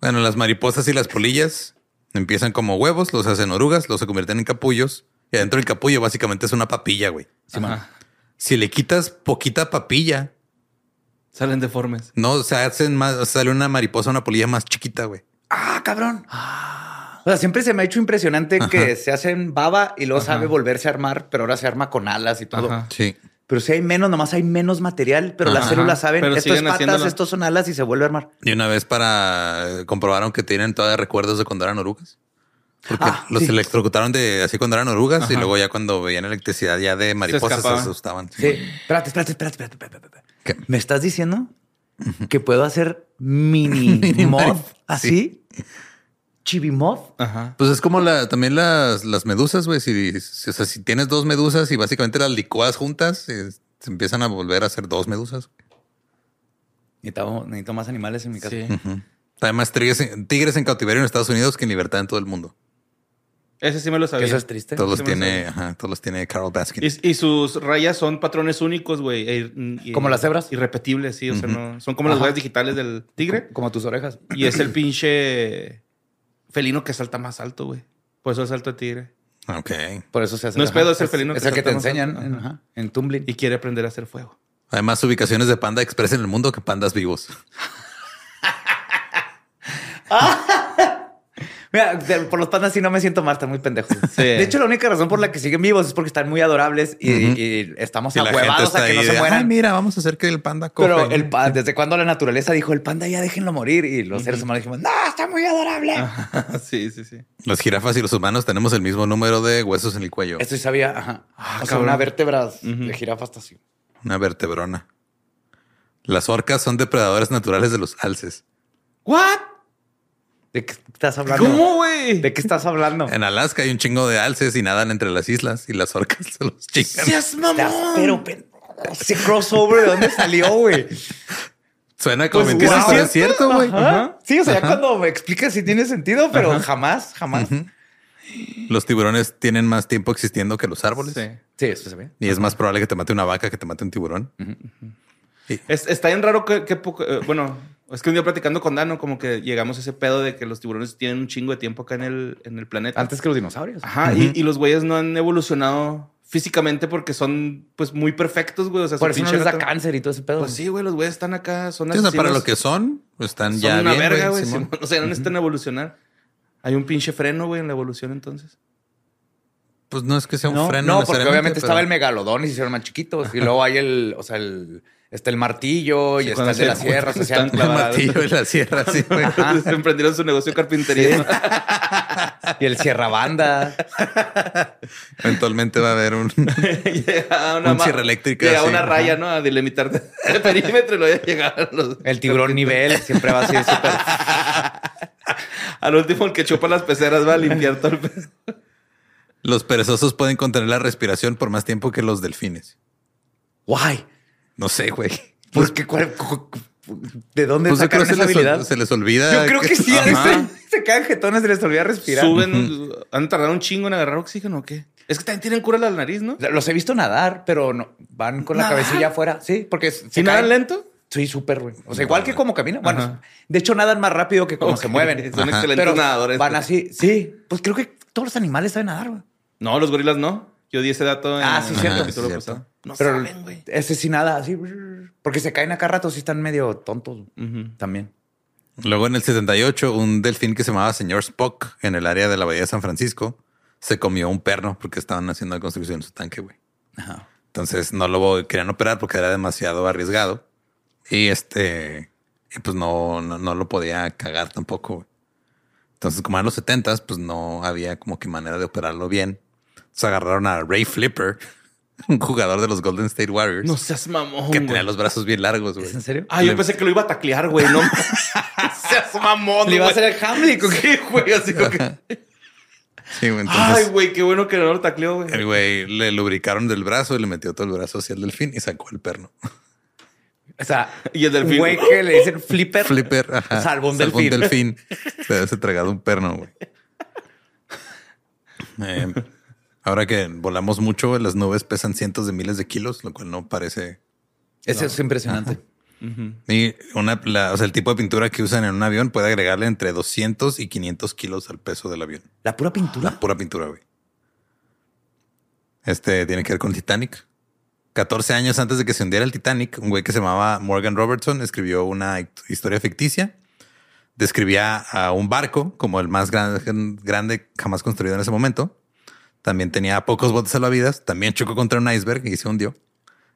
Bueno, las mariposas y las polillas empiezan como huevos, los hacen orugas, los se convierten en capullos. Y adentro del capullo básicamente es una papilla, güey. Ajá. Si le quitas poquita papilla, Salen deformes. no se hacen más, sale una mariposa, una polilla más chiquita, güey. Ah, cabrón. O sea, siempre se me ha hecho impresionante que se hacen baba y luego sabe volverse a armar, pero ahora se arma con alas y todo. Ajá. Sí. Pero si hay menos, nomás hay menos material, pero las Ajá. células saben, Pero esto es siguen patas, haciéndolo. estos son alas y se vuelve a armar. Y una vez para eh, comprobaron que tienen todavía recuerdos de cuando eran orugas. Porque Ah, los sí. electrocutaron de así cuando eran orugas y Ajá. luego ya cuando veían electricidad ya de mariposas se, escapaban. asustaban. Sí. Espérate, espérate, espérate, espérate, espérate, espérate. ¿Qué? ¿Me estás diciendo que puedo hacer mini mod marif- así? Chibi mod. Ajá. Pues es como la, también las, las medusas, güey. Si, si- o sea, si tienes dos medusas y básicamente las licuas juntas, eh, se empiezan a volver a hacer dos medusas. Necesitamos- Necesito más animales en mi casa. Sí. Hay más tigres, en- tigres en cautiverio en Estados Unidos que en libertad en todo el mundo. Ese sí me lo Que sabía. eso es triste. Todos los sí me lo tiene, ajá, todos los tiene Carl Baskin. Y, y sus rayas son patrones únicos, güey. e- y- ¿Como las cebras? Irrepetibles, sí. O sea, Ujú. no, son como las Ajá. huellas digitales del tigre. Como tus orejas. Y es el pinche felino que salta más alto, güey. Por eso el salto de tigre. Ok. Por eso se hace. No es ajá. pedo, es el felino Es que el que te saltamos enseñan al- en, ajá. ajá, en Tumbling. Y quiere aprender a hacer fuego. Hay más ubicaciones de panda express en el mundo que pandas vivos. Mira, de- por los pandas sí no me siento mal, están muy pendejos. Sí. De hecho, la única razón por la que siguen vivos es porque están muy adorables y, Ujú. y estamos Y la gente ahuevados está a que ahí no de, se "Ay, mueran. mira, vamos a hacer que el panda coja. Pero el pan, desde cuando la naturaleza dijo el panda ya déjenlo morir y los seres humanos dijimos, no, está muy adorable. Ajá, sí, sí, sí. Las jirafas y los humanos tenemos el mismo número de huesos en el cuello. Esto sí sabía, ajá. Ah, o sea, cabrón. una vértebra de Ujú. jirafa hasta así. Una vertebrona. Las orcas son depredadores naturales de los alces. ¿What? ¿De qué estás hablando? ¿Cómo, güey? ¿De qué estás hablando? En Alaska hay un chingo de alces y nadan entre las islas y las orcas se los chingan. Estás- ¡Seas mamón! pero, pendejo, ese crossover, ¿de dónde salió, güey? Suena como Pues, mentira, wow. pero es cierto, güey. ¿Ah? Ajá. Sí, o sea, ya cuando me explicas si tiene sentido, pero jamás, jamás. Los tiburones tienen más tiempo existiendo que los árboles. Sí. Sí, eso se ve. Y es más probable que te mate una vaca que te mate un tiburón. Es- está bien raro que, que poco- eh, bueno, es que un día platicando con Dano, como que llegamos a ese pedo de que los tiburones tienen un chingo de tiempo acá en el, en el planeta. Antes que los dinosaurios. Ajá, y- y, los güeyes no han evolucionado físicamente porque son, pues, muy perfectos, güey. O sea, su Por eso no pinche les da anatom- cáncer y todo ese pedo. Pues sí, güey, los güeyes están acá, son Sí, o sea, para asesinos. lo que son, están son ya una bien, verga, güey, güey. Simón. Simón. O sea, no necesitan evolucionar. Hay un pinche freno, güey, en la evolución entonces. Pues no es que sea un No, freno. no, porque necesariamente, obviamente pero- estaba el megalodón y se hicieron más chiquitos. Y luego hay el, o sea, el, está el martillo y Sí, está cuando el de se la sierra. o sea, están el clavadas. martillo y la sierra, sí, güey. Emprendieron su negocio de carpintería. ¿no? y el Sierra Banda. Eventualmente va a haber un. Llega una Un ma- cierre eléctrico, Llega sí. una raya, ¿no? A delimitarte el perímetro y luego ya llegaron los. El tiburón nivel siempre va a ser súper. Al último, el que chupa las peceras va a limpiar todo el pe- Los perezosos pueden contener la respiración por más tiempo que los delfines. Guay. No sé, güey. Pues que cuál- cu- cu- ¿De dónde Pues yo creo sacaron que se esa les, habilidad? ol- se les olvida. Yo creo que sí. Ajá. Se, se quedan jetones y les olvida respirar. Suben, han tardado un chingo en agarrar oxígeno o qué. Es que también tienen cura la nariz, ¿no? Los he visto nadar, pero no van con la ¿Nadar? cabecilla afuera. Sí, porque se Si nadan caen. lento, Sí, súper, güey. O sea, igual que como caminan. Bueno, Ajá. de hecho, nadan más rápido que como Ok, se mueven. Son Ajá. excelentes Pero nadadores. van así. Sí, pues creo que todos los animales saben nadar, güey. No, los gorilas no. Yo di ese dato en Ah, sí, en cierto. el capítulo Sí, cierto. pasado. No pero saben, güey. ese sí nada, así. Porque se caen acá rato, sí están medio tontos Ujú. también. Luego en el 78, un delfín que se llamaba señor Spock en el área de la bahía de San Francisco se comió un perno porque estaban haciendo la construcción de su tanque, güey. Entonces no lo querían operar porque era demasiado arriesgado y este, y pues no, no, no lo podía cagar tampoco. güey. Entonces, como eran los 70 pues no había como que manera de operarlo bien. Se agarraron a Ray Flipper, un jugador de los Golden State Warriors No seas mamón. que güey. tenía los brazos bien largos. güey. ¿Es en serio? Ah, yo Le- pensé que lo iba a taclear, güey. No seas mamón. Le iba a hacer güey. el Hamlet. ¿o qué? Sí, güey, así como que. Sí, güey, entonces- Ay, güey, qué bueno que no lo tacleó, güey. El güey le lubricaron del brazo y le metió todo el brazo hacia el delfín y sacó el perno. O sea, Y el delfín. un güey que le dicen flipper. Flipper. ajá. Salvo un delfín. Se debe ser tragado un perno, güey. Eh, ahora que volamos mucho, güey, las nubes pesan cientos de miles de kilos, lo cual no parece. Eso es impresionante. Y una, la- o sea, el tipo de pintura que usan en un avión puede agregarle entre 200 y 500 kilos al peso del avión. La pura pintura. La pura pintura, güey. Este tiene que ver con Titanic. 14 años antes de que se hundiera el Titanic, un güey que se llamaba Morgan Robertson escribió una hi- historia ficticia. Describía a un barco como el más gran- grande jamás construido en ese momento. También tenía pocos botes salvavidas. También chocó contra un iceberg y se hundió.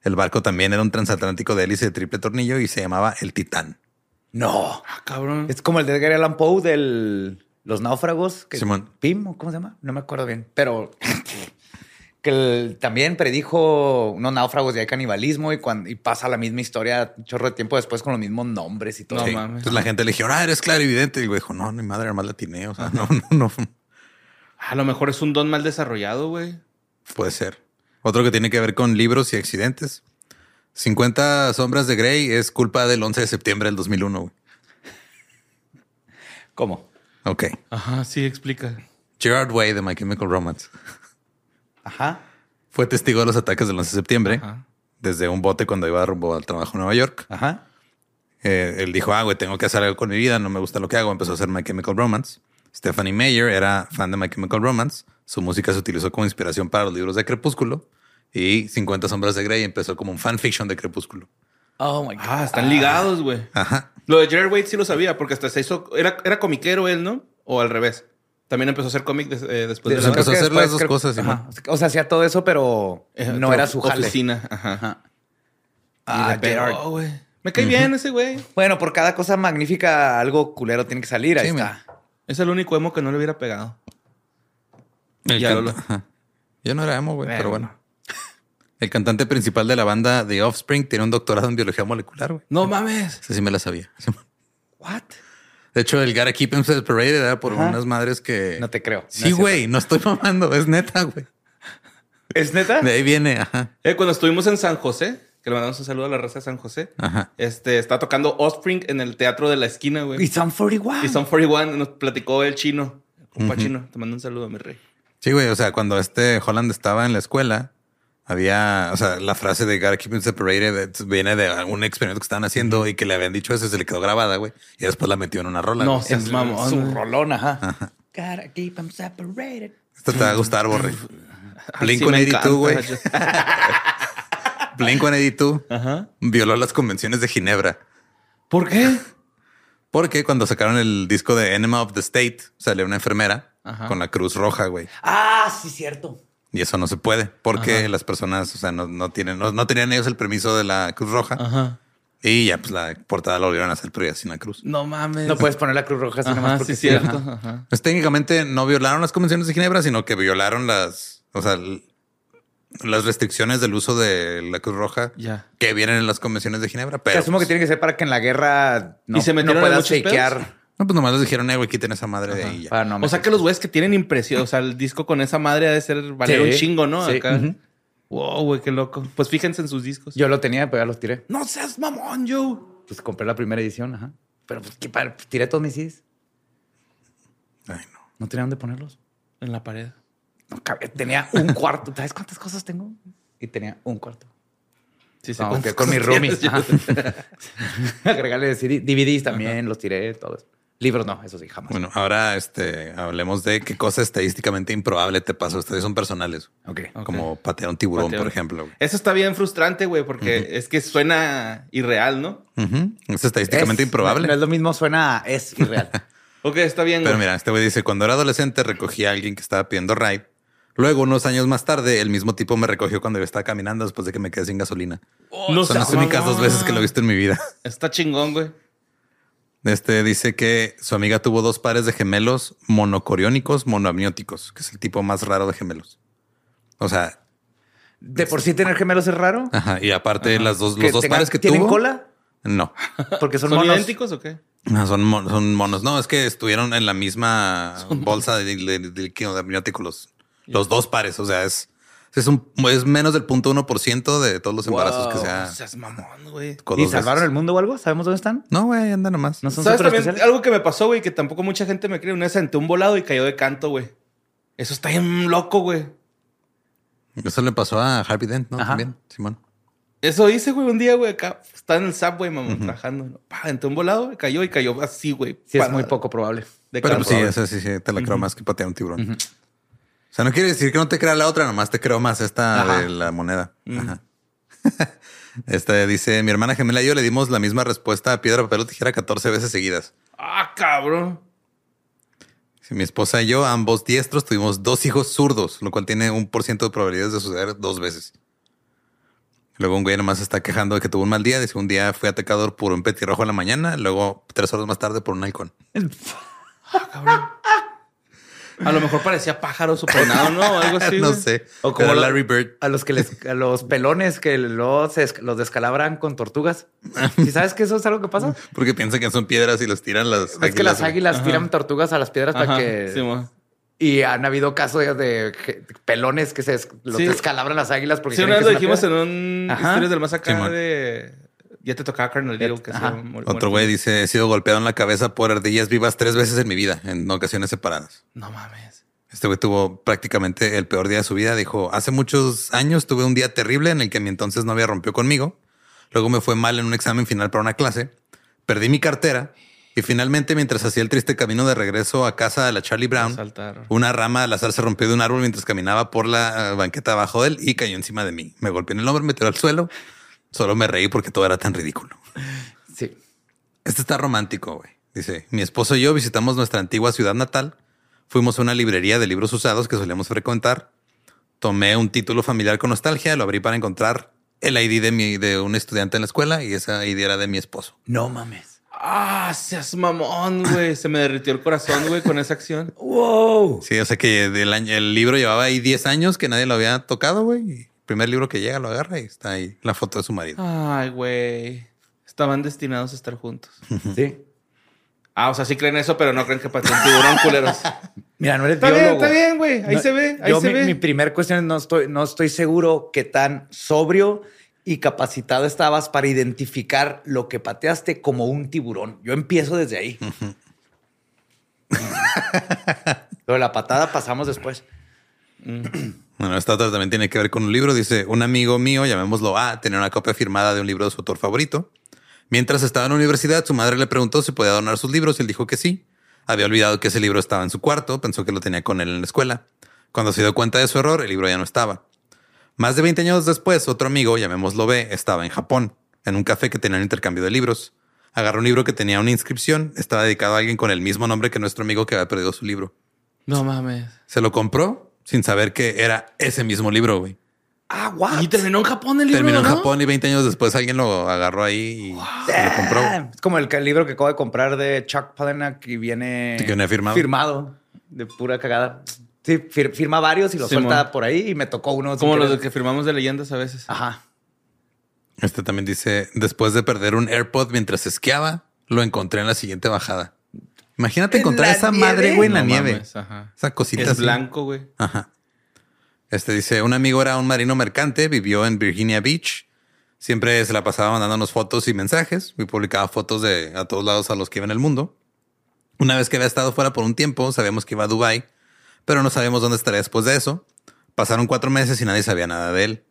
El barco también era un transatlántico de hélice de triple tornillo y se llamaba el Titán. No. Ah, cabrón. Es como el de Edgar Allan Poe del Los Náufragos. Que Simón. Pim, ¿o ¿cómo se llama? No me acuerdo bien, pero que el- también predijo unos náufragos y hay canibalismo y, cuando, y pasa la misma historia un chorro de tiempo después con los mismos nombres y todo. No Sí. mames. Entonces la gente le dijo, ah, eres clarividente. Y el güey dijo, no, ni madre, además la atiné. O sea, no, no, no. A lo mejor es un don mal desarrollado, güey. Puede ser. Otro que tiene que ver con libros y accidentes. 50 sombras de Grey es culpa del 11 de septiembre del 2001. güey. ¿Cómo? Ok. Ajá, sí, explica. Gerard Way de My Chemical Romance Ajá. fue testigo de los ataques del 11 de septiembre Ajá. desde un bote cuando iba rumbo al trabajo en Nueva York. Ajá. Eh, él dijo, ah, güey, tengo que hacer algo con mi vida, no me gusta lo que hago. Empezó a hacer My Chemical Romance. Stephanie Mayer era fan de My Chemical Romance. Su música se utilizó como inspiración para los libros de Crepúsculo. Y 50 sombras de Grey empezó como un fanfiction de Crepúsculo. Oh my God. Ah, están ligados, güey. Ajá. Lo de Gerard Wade sí lo sabía, porque hasta se hizo. Era, era comiquero él, ¿no? O al revés. También empezó a hacer cómic des- eh, Ah, después de Pues la empezó a hacer después las dos creo- cosas, Ajá. Simón. O sea, hacía todo eso, pero Eh, no tu era su jale. Oficina. Ajá. Ajá. Y Ah, le pegó, Gerard. güey. Me cae bien ese güey. Bueno, por cada cosa magnífica, algo culero tiene que salir. Ahí Sí, está. mira. Es el único emo que no le hubiera pegado. El Ya can- lo- Ajá. Yo no era emo, güey, pero bueno. El cantante principal de la banda The Offspring tiene un doctorado en biología molecular, güey. No mames. Eso sí me la sabía. What? De hecho, el Gotta Keep Him Separated era por Ajá. unas madres que... No te creo. No Sí, es güey, no estoy mamando, es neta, güey. cierto. ¿Es neta? De ahí viene, ajá, Eh, cuando estuvimos en San José, que le mandamos un saludo a la raza de San José, ajá. este, está tocando Offspring en el teatro de la esquina, Y güey. son 41. Y Son 41 nos platicó el chino. el Compa chino, te mando un saludo, mi rey. Sí, güey, o sea, cuando este Holland estaba en la escuela, había, o sea, la frase de Gotta Keep Him Separated eh, viene de un experimento que estaban haciendo y que le habían dicho eso y se le quedó grabada, güey. Y después la metió en una rola. No güey. seas mamón. Su güey. rolón, ajá. Gotta keep 'em separated. Esto te va a gustar, Borre. Ah, Blink sí, me 182, güey. encanta. Blink 182 Ajá. violó las convenciones de Ginebra. ¿Por qué? Porque cuando sacaron el disco de Enema of the State, salió una enfermera Ajá. con la cruz roja, güey. Ah, sí, cierto. Y eso no se Ah. puede porque las personas, o sea, no, no tienen, no, no tenían ellos el permiso de la Cruz Roja. Ajá. Y ya, pues la portada la volvieron a hacer, pero ya sin la cruz. No mames. No puedes poner la Cruz Roja así Ajá, nomás sí, porque es sí. cierto. Ajá. Ajá. Pues técnicamente no violaron las convenciones de Ginebra, sino que violaron las, o sea, l- las restricciones del uso de la Cruz Roja Ya. que vienen en las convenciones de Ginebra. Pero Que asumo que pues, tiene que ser para que en la guerra no, ¿Y se no metieron en puedas muchos pedos? shakear. no, pues nomás les dijeron, eh, güey, quiten esa madre de ahí. ya". Para no O sea meter- que los güeyes que tienen impresión, o sea, el disco con esa madre ha de ser valer Sí, un chingo, ¿no? sí. Acá. Ujú. Wow, güey, qué loco. Pues fíjense en sus discos. Yo lo tenía, pero ya los tiré. No seas mamón, yo. Pues compré la primera edición, ajá. Pero pues, qué padre, pues, tiré todos mis CDs. Ay, no. No tenía dónde ponerlos. En la pared. No cabía. Tenía un cuarto. ¿Sabes cuántas cosas tengo? Y tenía un cuarto. Sí, sé No, cuántas que con mi cosas roomie. tienes, yo. Ajá. Agregarle CD, DVDs también, los tiré, todos. Libros no, eso sí, jamás. Bueno, ahora este, hablemos de qué cosa estadísticamente improbable te pasó. Ustedes son personales. Ok. Como patear un tiburón, Patear. por ejemplo. güey. Eso está bien frustrante, güey, porque es que suena irreal, ¿no? Ujú. Es estadísticamente Es- improbable. No, no es lo mismo, suena, es irreal. Ok, está bien, Pero güey. mira, este güey dice, cuando era adolescente recogí a alguien que estaba pidiendo ride. Luego, unos años más tarde, el mismo tipo me recogió cuando yo estaba caminando después de que me quedé sin gasolina. No Son las seas únicas Oh, mamón. dos veces que lo he visto en mi vida. Está chingón, güey. Este dice que su amiga tuvo dos pares de gemelos monocoriónicos monoamnióticos, que es el tipo más raro de gemelos. O sea, De por sí tener gemelos es raro. ajá, y aparte las dos, Que los dos tengan- pares que ¿Tienen tuvo. cola? No, Porque son, ¿Son, monos. idénticos o qué? No, son, mon- son monos. No, es que estuvieron en la misma bolsa de, de, de líquido amniótico los, los dos pares. O sea, es, es, un, es menos del punto uno de todos los embarazos que No sea. seas mamón, güey. con ¿Y dos veces. salvaron el mundo o algo? ¿Sabemos dónde están? No, güey, anda nomás. No son ¿Sabes súper también especiales. algo que me pasó, güey? Que tampoco mucha gente me cree. Una vez senté un volado y cayó de canto, güey. Eso está bien loco, güey. Eso le pasó a Harvey Dent, ¿no? Ajá. También, Simón. Eso hice, güey, un día, güey, acá. Estaba en el subway, mamá, trabajando. ¿no? Pa, senté un volado, güey, cayó y cayó así, güey. Sí, es pa- muy poco probable. De Pero canto. pues, sí, eso sí, sí, te la creo más que patear un tiburón. O sea, no quiere decir que no te crea la otra, nomás te creo más esta Ajá. Mm. de la moneda. Ajá. Esta dice, mi hermana gemela y yo le dimos la misma respuesta a piedra, papel o tijera 14 veces seguidas. Ah, cabrón. Sí, mi esposa y yo, ambos diestros, tuvimos dos hijos zurdos, lo cual tiene un por ciento de probabilidades de suceder dos veces. Luego un güey nomás se está quejando de que tuvo un mal día. Dice, un día fui atacador por un petirrojo en la mañana, luego tres horas más tarde por un halcón. A lo mejor parecía pájaro suponado, ¿no? O algo así. no güey. sé. O Pero como lo- Larry Bird. A los que les, a los pelones que los, es- los descalabran con tortugas. ¿Sí sabes que eso es algo que pasa? Porque piensa que son piedras y las tiran las Es que las güey. águilas tiran tortugas a las piedras Ajá, para que. sí, mo. y han habido casos de, de que- pelones que se des- los Sí. descalabran las águilas porque. Sí, una creen vez que lo es una dijimos en piedra. un Ajá. Historias del Más Acá Simón. de... Ya te tocaba Carnal Little, que se Ajá. murió muerto. Otro güey dice, he sido golpeado en la cabeza por ardillas vivas tres veces en mi vida, en ocasiones separadas. No mames. Este güey tuvo prácticamente el peor día de su vida. Dijo, hace muchos años tuve un día terrible en el que mi entonces novia rompió conmigo. Luego me fue mal en un examen final para una clase. Perdí mi cartera. Y finalmente, mientras hacía el triste camino de regreso a casa de la Charlie Brown, Saltaron. una rama al azar se rompió de un árbol mientras caminaba por la eh, banqueta abajo de él y cayó encima de mí. Me golpeó en el hombro, me tiró al suelo. Solo me reí porque todo era tan ridículo. Sí. Este está romántico, güey. Dice, mi esposo y yo visitamos nuestra antigua ciudad natal. Fuimos a una librería de libros usados que solíamos frecuentar. Tomé un título familiar con nostalgia, lo abrí para encontrar el ID de, mi, de un estudiante en la escuela y esa ID era de mi esposo. No mames. Ah, seas mamón, güey. Se me derritió el corazón, güey, con esa acción. Wow. Sí, o sea que del año- el libro llevaba ahí 10 años que nadie lo había tocado, güey. Y el primer libro que llega lo agarra y está ahí la foto de su marido. Ay, güey. Estaban destinados a estar juntos. Sí. Ah, o sea, sí creen eso, pero no creen que pateó un tiburón, culeros. Mira, no eres Está bien, biólogo. está bien, güey. Ahí No, se ve, ahí yo se mi, ve. Mi primer cuestión es no estoy, no estoy seguro qué tan sobrio y capacitado estabas para identificar lo que pateaste como un tiburón. Yo empiezo desde ahí. lo de la patada pasamos después. Bueno, esta otra también tiene que ver con un libro. Dice, un amigo mío, llamémoslo A, tenía una copia firmada de un libro de su autor favorito. Mientras estaba en la universidad, su madre le preguntó si podía donar sus libros y él dijo que sí. Había olvidado que ese libro estaba en su cuarto, pensó que lo tenía con él en la escuela. Cuando se dio cuenta de su error, el libro ya no estaba. Más de 20 años después, otro amigo, llamémoslo B, estaba en Japón, en un café que tenía un intercambio de libros. Agarró un libro que tenía una inscripción, estaba dedicado a alguien con el mismo nombre que nuestro amigo que había perdido su libro. No mames. Se lo compró sin saber que era ese mismo libro, güey. Ah, what? Y terminó en Japón el libro. Terminó en ¿no? Japón y 20 años después alguien lo agarró ahí y se lo compró. Damn. Es como el, el libro que acabo de comprar de Chuck Palahniuk y viene, Que viene firmado. firmado, de pura cagada. Sí, fir- firma varios y los Simón. suelta por ahí y me tocó uno. sin Como los querer. que firmamos de leyendas a veces. Ah, Ajá. Este también dice, después de perder un AirPod mientras esquiaba, lo encontré en la siguiente bajada. Imagínate ¿En encontrar la esa nieve? madre, güey, en la No nieve. mames, ajá. Esa cosita Es así. blanco, güey. Ajá. Este dice, un amigo era un marino mercante, vivió en Virginia Beach. Siempre se la pasaba mandándonos fotos y mensajes y publicaba fotos de a todos lados a los que iba en el mundo. Una vez que había estado fuera por un tiempo, sabíamos que iba a Dubai, pero no sabíamos dónde estaría después de eso. Pasaron cuatro meses y nadie sabía nada de él.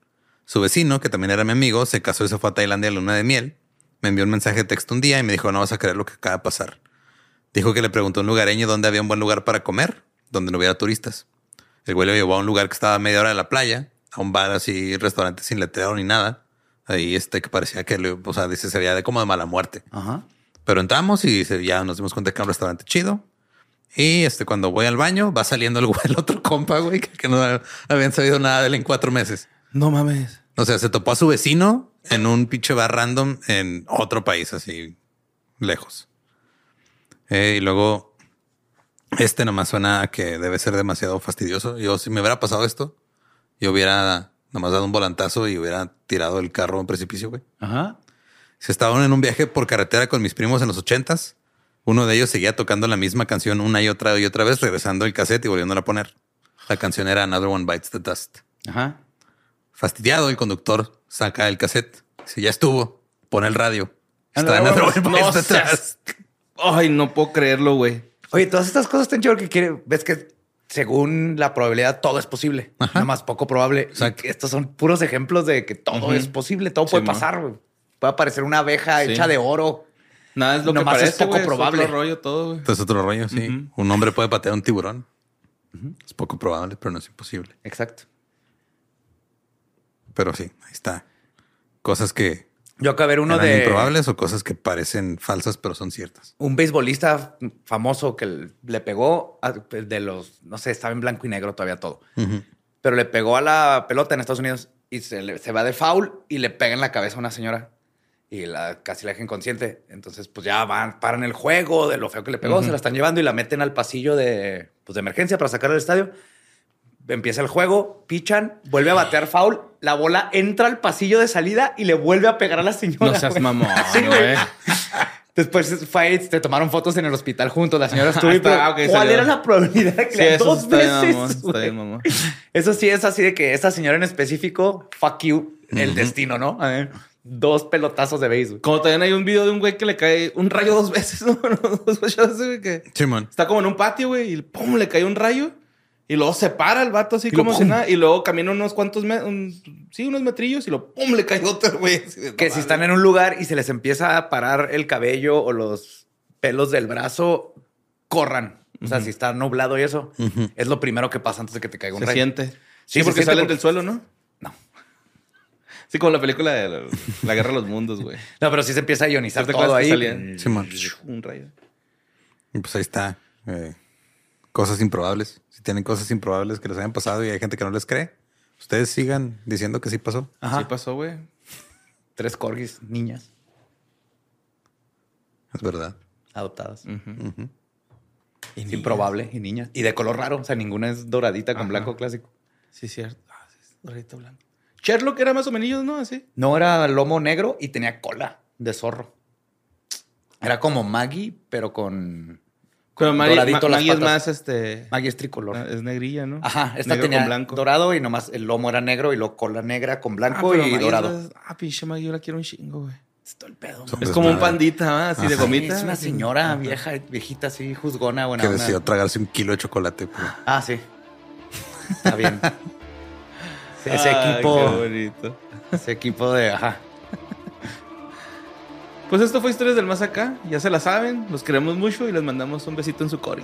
Su vecino, que también era mi amigo, se casó y se fue a Tailandia a luna de miel. Me envió un mensaje de texto un día y me dijo, no vas a creer lo que acaba de pasar. Dijo que le preguntó a un lugareño dónde había un buen lugar para comer, donde no hubiera turistas. El güey lo llevó a un lugar que estaba a media hora de la playa, a un bar así, restaurante sin letrero ni nada. Ahí este que parecía que, le- o sea, dice, se veía de como de mala muerte. Ajá. Pero entramos y se- ya nos dimos cuenta que era un restaurante chido. Y este, cuando voy al baño, va saliendo el, güey, el otro compa, güey, que, que no habían sabido nada de él en cuatro meses. No mames. O sea, se topó a su vecino en un pinche bar random en otro país, así lejos. Eh, y luego, este nomás suena a que debe ser demasiado fastidioso. Yo, si me hubiera pasado esto, yo hubiera nomás dado un volantazo y hubiera tirado el carro a un precipicio, güey. Ajá. Se estaban en un viaje por carretera con mis primos en los ochentas. Uno de ellos seguía tocando la misma canción una y otra y otra vez, regresando el cassette y volviéndola a poner. La canción era Another One Bites the Dust. Ajá. Fastidiado, el conductor saca el cassette. Si ya estuvo, pone el radio. Está en No, otro buen país Ah, no de atrás. seas- Ay, no puedo creerlo, güey. Oye, todas estas cosas tan chido que quiere, ves que según la probabilidad todo es posible, Ajá. nada más poco probable. Y Exacto. que Estos son puros ejemplos de que todo Ujú. es posible, todo puede Sí, ma. pasar. güey. Puede aparecer una abeja Sí. hecha de oro. Nada es lo Nomás que es parece, poco güey, probable. otro rollo todo, güey. Este es otro rollo, sí. Un hombre puede patear un tiburón. Es poco probable, pero no es imposible. Exacto. Pero sí, ahí está. Cosas que Yo acabé de ver uno eran de improbables o cosas que parecen falsas, pero son ciertas. un beisbolista famoso que le pegó a- de los, no sé, estaba en blanco y negro todavía todo, Ujú. pero le pegó a la pelota en Estados Unidos y se, le- se va de foul y le pega en la cabeza a una señora y la, casi la deja inconsciente. Entonces, pues ya van, paran el juego de lo feo que le pegó, se la están llevando y la meten al pasillo de, pues, de emergencia para sacar del estadio. Empieza el juego, pichan, vuelve a Ah. batear foul, la bola entra al pasillo de salida y le vuelve a pegar a la señora. No seas güey. mamón, Sí, güey. güey. Después fue, te tomaron fotos en el hospital juntos, la señora estuvo y Está- pero ah, ok, ¿Cuál salió. era la probabilidad de que Sí, le- eso dos está bien, veces? mamón, está güey? bien, mamón. Eso sí es así de que esta señora en específico, fuck you, el destino, ¿no? A ver, dos pelotazos de béisbol. Como también hay un video de un güey que le cae un rayo dos veces, ¿no? Dos rayos, güey, que Simón. está como en un patio, güey, y pum, le cae un rayo. Y luego se para el vato así lo como si pum. nada. Y luego camina unos cuantos, me- un- sí, unos metrillos y lo pum, le cae otro, güey. Así de, Que si no mames. están en un lugar y se les empieza a parar el cabello o los pelos del brazo, corran. O sea, si está nublado y eso, Ujú. es lo primero que pasa antes de que te caiga un Se rayo. siente. Sí, Sí, se porque siente salen porque- del suelo, ¿no? No. Sí, como la película de la, la Guerra de los Mundos, güey. No, pero sí se empieza a ¿Sí ionizar te todo acuerdas que ahí. salían? Simón. Un rayo. Y Pues ahí está. eh, cosas improbables. Si tienen cosas improbables que les hayan pasado y hay gente que no les cree, ustedes sigan diciendo que sí pasó. Ajá. Sí pasó, güey. Tres corgis, niñas Es verdad. adoptadas. Ujú. Es Improbable y niñas. Y de color raro. O sea, ninguna es doradita con blanco clásico. Sí, cierto. Ah, sí, es dorito blanco. Sherlock era más o menos, ¿no? Así. No era lomo negro y tenía cola de zorro. Era como Maggie, pero con. Pero Mari- Ma- doradito Maggie, las es patas. más, este... Maggie es tricolor. ah, Es negrilla, ¿no? Ajá, esta Negro tenía con blanco. dorado y nomás el lomo era negro y luego cola negra con Ah, blanco pero y Maggie dorado. es más- Ah, pinche Maggie, yo la quiero un chingo, güey. Es todo el pedo. Son man. Es como un desmadre. pandita, ¿ah? así de Ajá. gomita. Es una señora vieja, viejita así, juzgona, buena. que onda. decidió tragarse un kilo de chocolate. pero- Ah, sí. Está bien. Sí, ese Ay, equipo, Qué bonito. ese equipo de ajá. Pues esto fue Historias del Más Acá. Ya se la saben. Los queremos mucho y les mandamos un besito en su cori.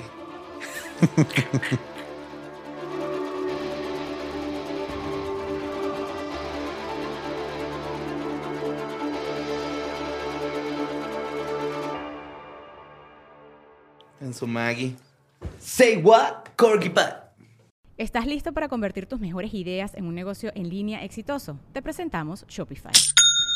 en su Maggie. Say what, Corgi Pie. ¿Estás listo para convertir tus mejores ideas en un negocio en línea exitoso? Te presentamos Shopify.